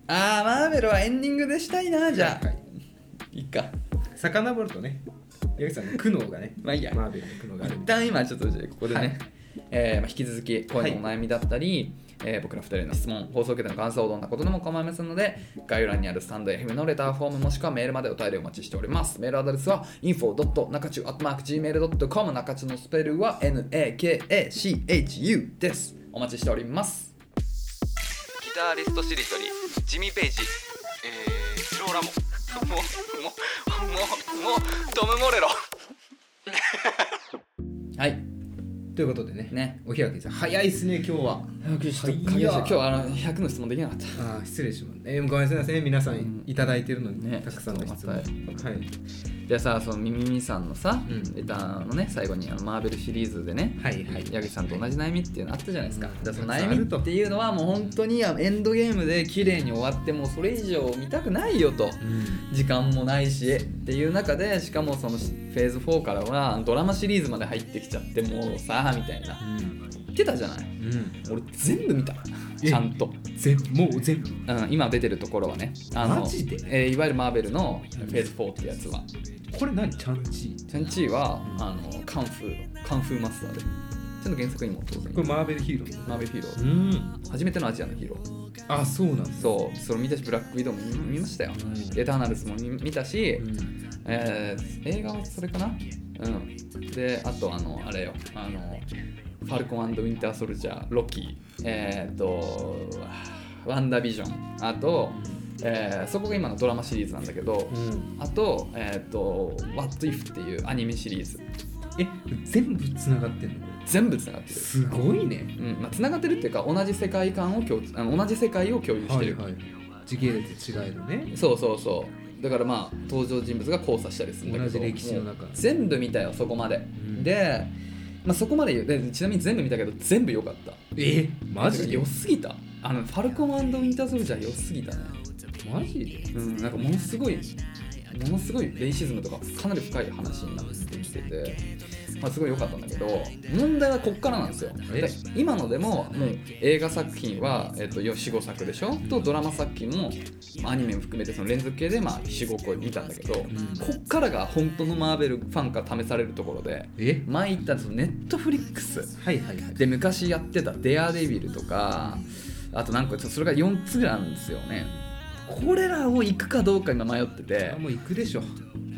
ああマーベルはエンディングでしたいなじゃあ、、はいいかさかのぼるとね矢口さんの苦悩がねまあいいやマーベルの苦悩がある一旦今ちょっとじゃあここでね、はいえーまあ、引き続き声のお悩みだったり、えー僕ら2人への質問放送局での感想どんなことでも構いませんので概要欄にあるスタンド FM のレターフォームもしくはメールまでお便りお待ちしておりますメールアドレスは info.nakachu.gmail.com 中中のスペルは nakachu ですお待ちしておりますギタリストしりとりジミー・ペイジえー、ローラモもうもうもうもうトム・モレロはいということでねねおひらけさん早いっすね今日は早くちょっとい鍵や出して今日あの100の質問できなかったああ失礼しますえーごめんなさいね皆さうんんいただいてるのに、ねたくさんの質問ちょっとはいじゃあさそのミミミさんのさ、うんレターのね最後にあのマーベルシリーズでね、はいはい矢口さんと同じ悩みっていうのあったじゃないですか、うんじゃあそのたくさんあ悩るみとっていうのはもう本当にあのエンドゲームで綺麗に終わってもうそれ以上見たくないよとうん時間もないしっていう中でしかもそのフェーズ4からはドラマシリーズまで入ってきちゃってもうさみたいな言ってたじゃないうん俺全部見たちゃんと、全もう全部うん、今出てるところはねあマジでえーいわゆるマーベルのフェーズ4ってやつはこれ何チャンチチャンチーは、うんあのカンフーカンフーマスターでちゃんと原作にも当然ーこれマーベルヒーローマーベルヒーローん初めてのアジアのヒーローあそうなんですそうそれ見たしブラックウィドウも見見ましたよエターナルスも見見たし、えー映画はそれかなうん。で、あと、あの、あれよ、あの、ファルコンウィンター・ソルジャー、ロキ、えーっと、ワンダービジョン、あと、えーそこが今のドラマシリーズなんだけど、うんあと、えーっと、What If っていうアニメシリーズ、え全部つながってんの全部つながってる。すごいねうんまあ、つながってるっていうか、同じ世界観を共通あの、同じ世界を共有してる。い時系列違えるねそうそうそう。だからまあ、登場人物が交差したりするんだけど、同じ歴史の中もう全部見たよ、そこまで。で、まあ、そこまで言うでちなみに全部見たけど全部良かったえマジ良すぎたあのファルコンウィンターソルジャー良すぎたねマジでうんなんかものすごいものすごいレイシズムとかかなり深い話になってきてて、まあ、すごい良かったんだけど問題はこっからなんですよえで今のでももう映画作品は、えっと、45作でしょとドラマ作品もまあアニメも含めてその連続系で、まあ、45個見たんだけど、こっからが本当のマーベルファンから試されるところでえ前言ったそのネットフリックスはいはいはいで昔やってた「デアデビル」とかあとなんかちょっとそれが4つぐらいあるんですよねこれらを行くかどうか今迷っててあもう行くでしょ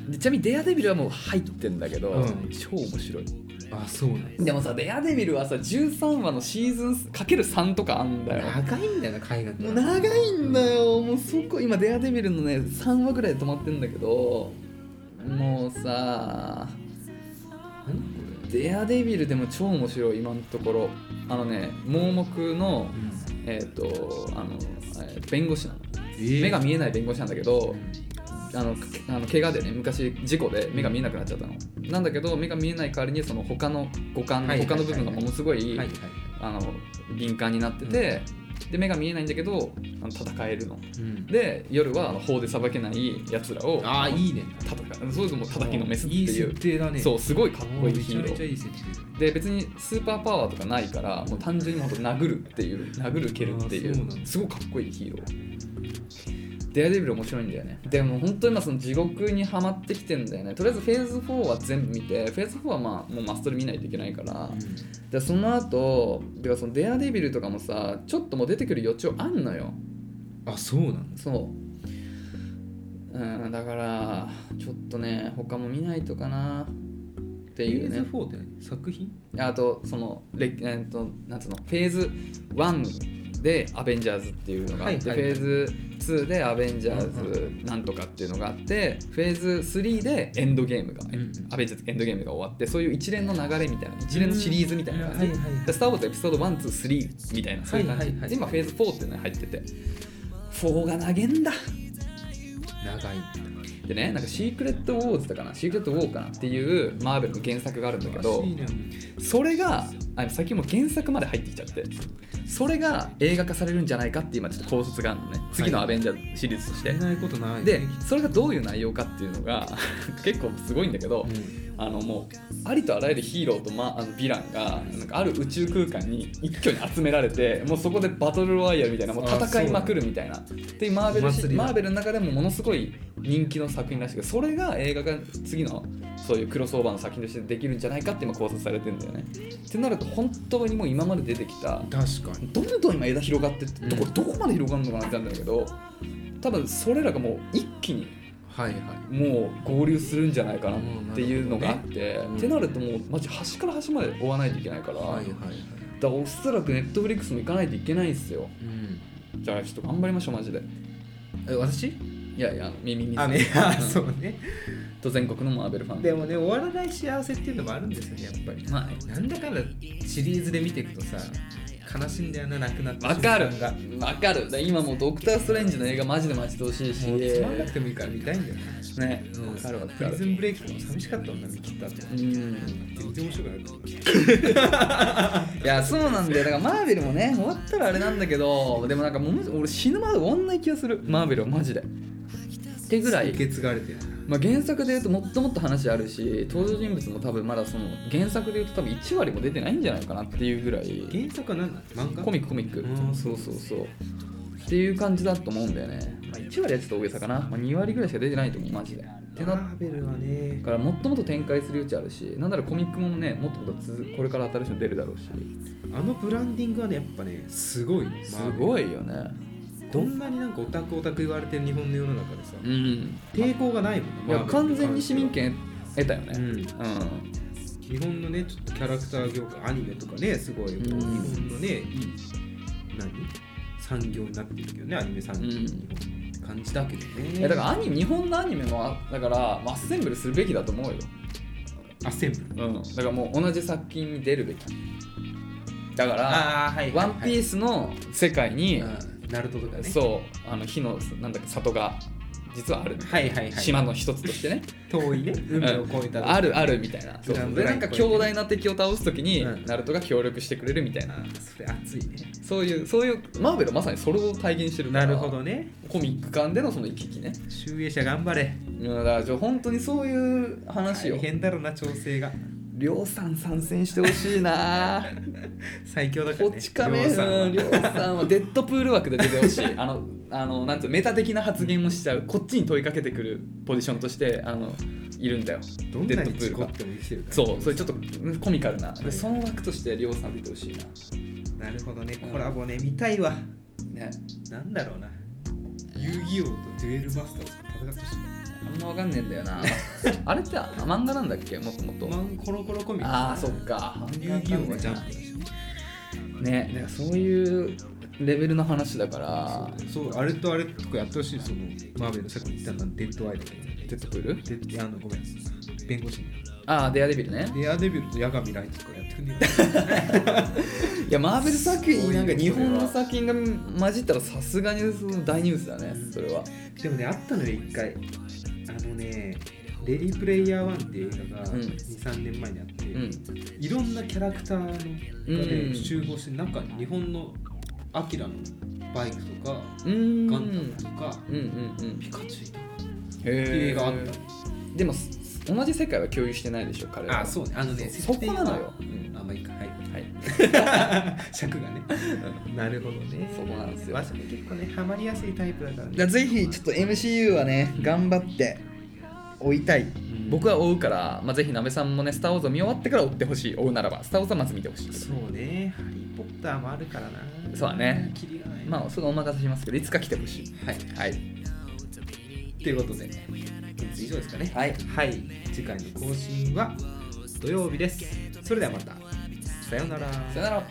でちなみに「デアデビル」はもう入ってんだけど、うん超面白いあそうなんでもさ「デアデビル」はさ13話のシーズンかける3とかあんだよ長いんだよな海外もう長いんだよもうそこ今「デアデビル」のね3話ぐらいで止まってんだけどもうさデアデビルでも超面白い今のところあのね盲目のえっ、とあの、えー弁護士なの、目が見えない弁護士なんだけどあのけあの怪我でね昔事故で目が見えなくなっちゃったのなんだけど目が見えない代わりにその他の五感はのいはい他はいの部分がものすごいはいはいあの敏感になってて、で目が見えないんだけどあの戦えるのうんで夜はあの法で裁けないやつらをああいいね戦うそういうのも叩きのメスっていいい設う定だねそううすごいかっこいいめヒちゃーロめちゃーいい設定で別にスーパーパワーとかないからもう単純にもうほんと殴るっていう殴る蹴るっていあーそうなんうだすごいかっこいいヒーローデアデビル面白いんだよねでも本当に今その地獄にはまってきてんだよねとりあえずフェーズ4は全部見てフェーズ4はまあもうマストで見ないといけないからでその後てかそのデアデビルとかもさちょっともう出てくる余地あんのよあそうなんだそううんだからちょっとね他も見ないとかなってフいうェーねズ4って何作品あとそのレえーっとなんつうのフェーズ1でアベンジャーズっていうのがあって、はいはいはいフェーズ2でアベンジャーズなんとかっていうのがあって、フェーズ3でエンドゲームが、んアベンジャーズエンドゲームが終わってそういう一連の流れみたいな一連のシリーズみたいな感じ、うんはいはいはいでスター・ウォーズエピソード123みたいなそういう感じ、はいはいはいで今フェーズ4っていうのに入ってて4が投げんだ長いでねなんかシークレット・ウォーズだかなシークレット・ウォーかなっていうマーベルの原作があるんだけど、いいねそれがあの先もう原作まで入ってきちゃってそれが映画化されるんじゃないかって今ちょっと考察があるのね次の「アベンジャー」シリーズとして、やれないことないでそれがどういう内容かっていうのが 結構すごいんだけど、あのもうありとあらゆるヒーローと、ま、あのヴィランがなんかある宇宙空間に一挙に集められてもうそこでバトルロワイヤルみたいなもうあ戦いまくるみたいなっていうマーベおルし祭りだマーベルの中でもものすごい人気の作品らしいけどそれが映画が次のそういうクロスオーバーの作品としてできるんじゃないかって今考察されてるんだよね。ってなると本当にもう今まで出てきた確かにどんどん今枝広がってってどこうんどこまで広がるのかなってなんだけど多分それらがもう一気にはいはいもう合流するんじゃないかなっていうのがあって、うんってなるともうマジ端から端まで追わないといけないから、はいはいだかはいらおそらくネットフリックスも行かないといけないんですようんじゃあちょっと頑張りましょうマジでえ私いやいや耳にあね あそうねと全国のマーベルファンでもね終わらない幸せっていうのもあるんですよねやっぱりまなんだかんだシリーズで見ていくとさ悲しいんだよななくなっあたわかる瞬間がもわかるだから今もうドクター・ストレンジの映画マジで待ち遠しいしうつまんなくてもいいから見たいんだよねねうんわかるわかプリズるンブレイクとかも寂しかったもんな見切ったってうん全然面白くなかったいやそうなんだよだからマーベルもね終わったらあれなんだけどでもなんかもう俺死ぬまで終わんない気がするマーベルはマジでってぐらい受け継がれてるなまあ、原作でいうともっともっと話あるし登場人物も多分まだその原作でいうと多分1割も出てないんじゃないかなっていうぐらい原作は何なの漫画コミックコミックうんそうそうそうっていう感じだと思うんだよね、まあ、1割はちょっと大げさかな、まあ、2割ぐらいしか出てないと思うマジでってマなっーベルはねだからもっともっと展開する余地あるしなんならコミックもねもっともっと続これから新しいの出るだろうしあのブランディングはねやっぱねすごいすマーベルごいよねどんなになんかオタクオタク言われてる日本の世の中でさ、うん抵抗がないもんいやマーベルに関しては完全に市民権得たよねうんうん日本のねちょっとキャラクター業界アニメとかねすごい、うん日本のねいい何産業になってるけどねアニメ産業、うん日本の感じだけどねいやだからアニメ日本のアニメもあだからアッセンブルするべきだと思うよ、アッセンブルうん、だからもう同じ作品に出るべきだからあーは「ワンピースの世界に、うんナルトとかねそうあの火のなんだっけ里が実はある、はいはいはい島の一つとしてね遠いね海を越えたあるあるみたいなグそうランドでラなインんか強大な敵を倒す時に、うんナルトが協力してくれるみたいなあーそれ熱いねそういうそういうマーベルはまさにそれを体現してるかならるほどねコミック間でのその行き来ね集英社頑張れうんだからじゃあ本当にそういう話大よ変だろうな調整がりょうさん参戦してほしいな最強だからこねっち亀量産はうんりょうさんはデッドプール枠で出てほしいあのあのなんていうのメタ的な発言をしちゃうこっちに問いかけてくるポジションとしてあのいるんだよどんなデッにドプ事ール故がっても生きてるからそうそれちょっとうんコミカルなではいその枠としてりょうさん出てほしいななるほどねコラボね見たいわねなんだろうな遊戯王とデュエルマスターズ戦ってほしいあんまわかんねえん だよなあれってあ漫画なんだっけもっともっとマンコロコロコミックああそっか遊戯王はジャンプだしねだからそういうレベルの話だからそうあれとあれとかやってほしいそのマーベルのさっき言ったのデッドアイとかねデッドプールデッドあのごめん弁護士のああデアデビルねエアデビルと矢神ライトとかやってくんねいやマーベル作品になんか日本の作品が混じったらさすがにその大ニュースだねそれはえでもねあったのよ一回あのねレディープレイヤー1っていう映画がうん23年前にあって、うんいろんなキャラクターのが、ねうん集合して中に日本のアキラのバイクとかうーんガンダムとか、うんうんうんピカチュウとかへえ映画あったでも同じ世界は共有してないでしょ彼らはうねあのそこなのよ、あまあいいか はいはい、尺がね なるほどねそこなんですよわしも結構ねハマりやすいタイプだからだねぜひちょっと MCU はね頑張って追いたい僕はは追うから、まあ、ぜひなべさんもね「スター・ウォーズ」を見終わってから追ってほしい追うならば「スター・ウォーズ」はまず見てほしいそうねハリー・ポッターもあるからなそうだねキリがないまあそれはお任せしますけどいつか来てほしいはいはいということで本日以上ですかねはいはい次回の更新は土曜日ですそれではまたさようならさよなら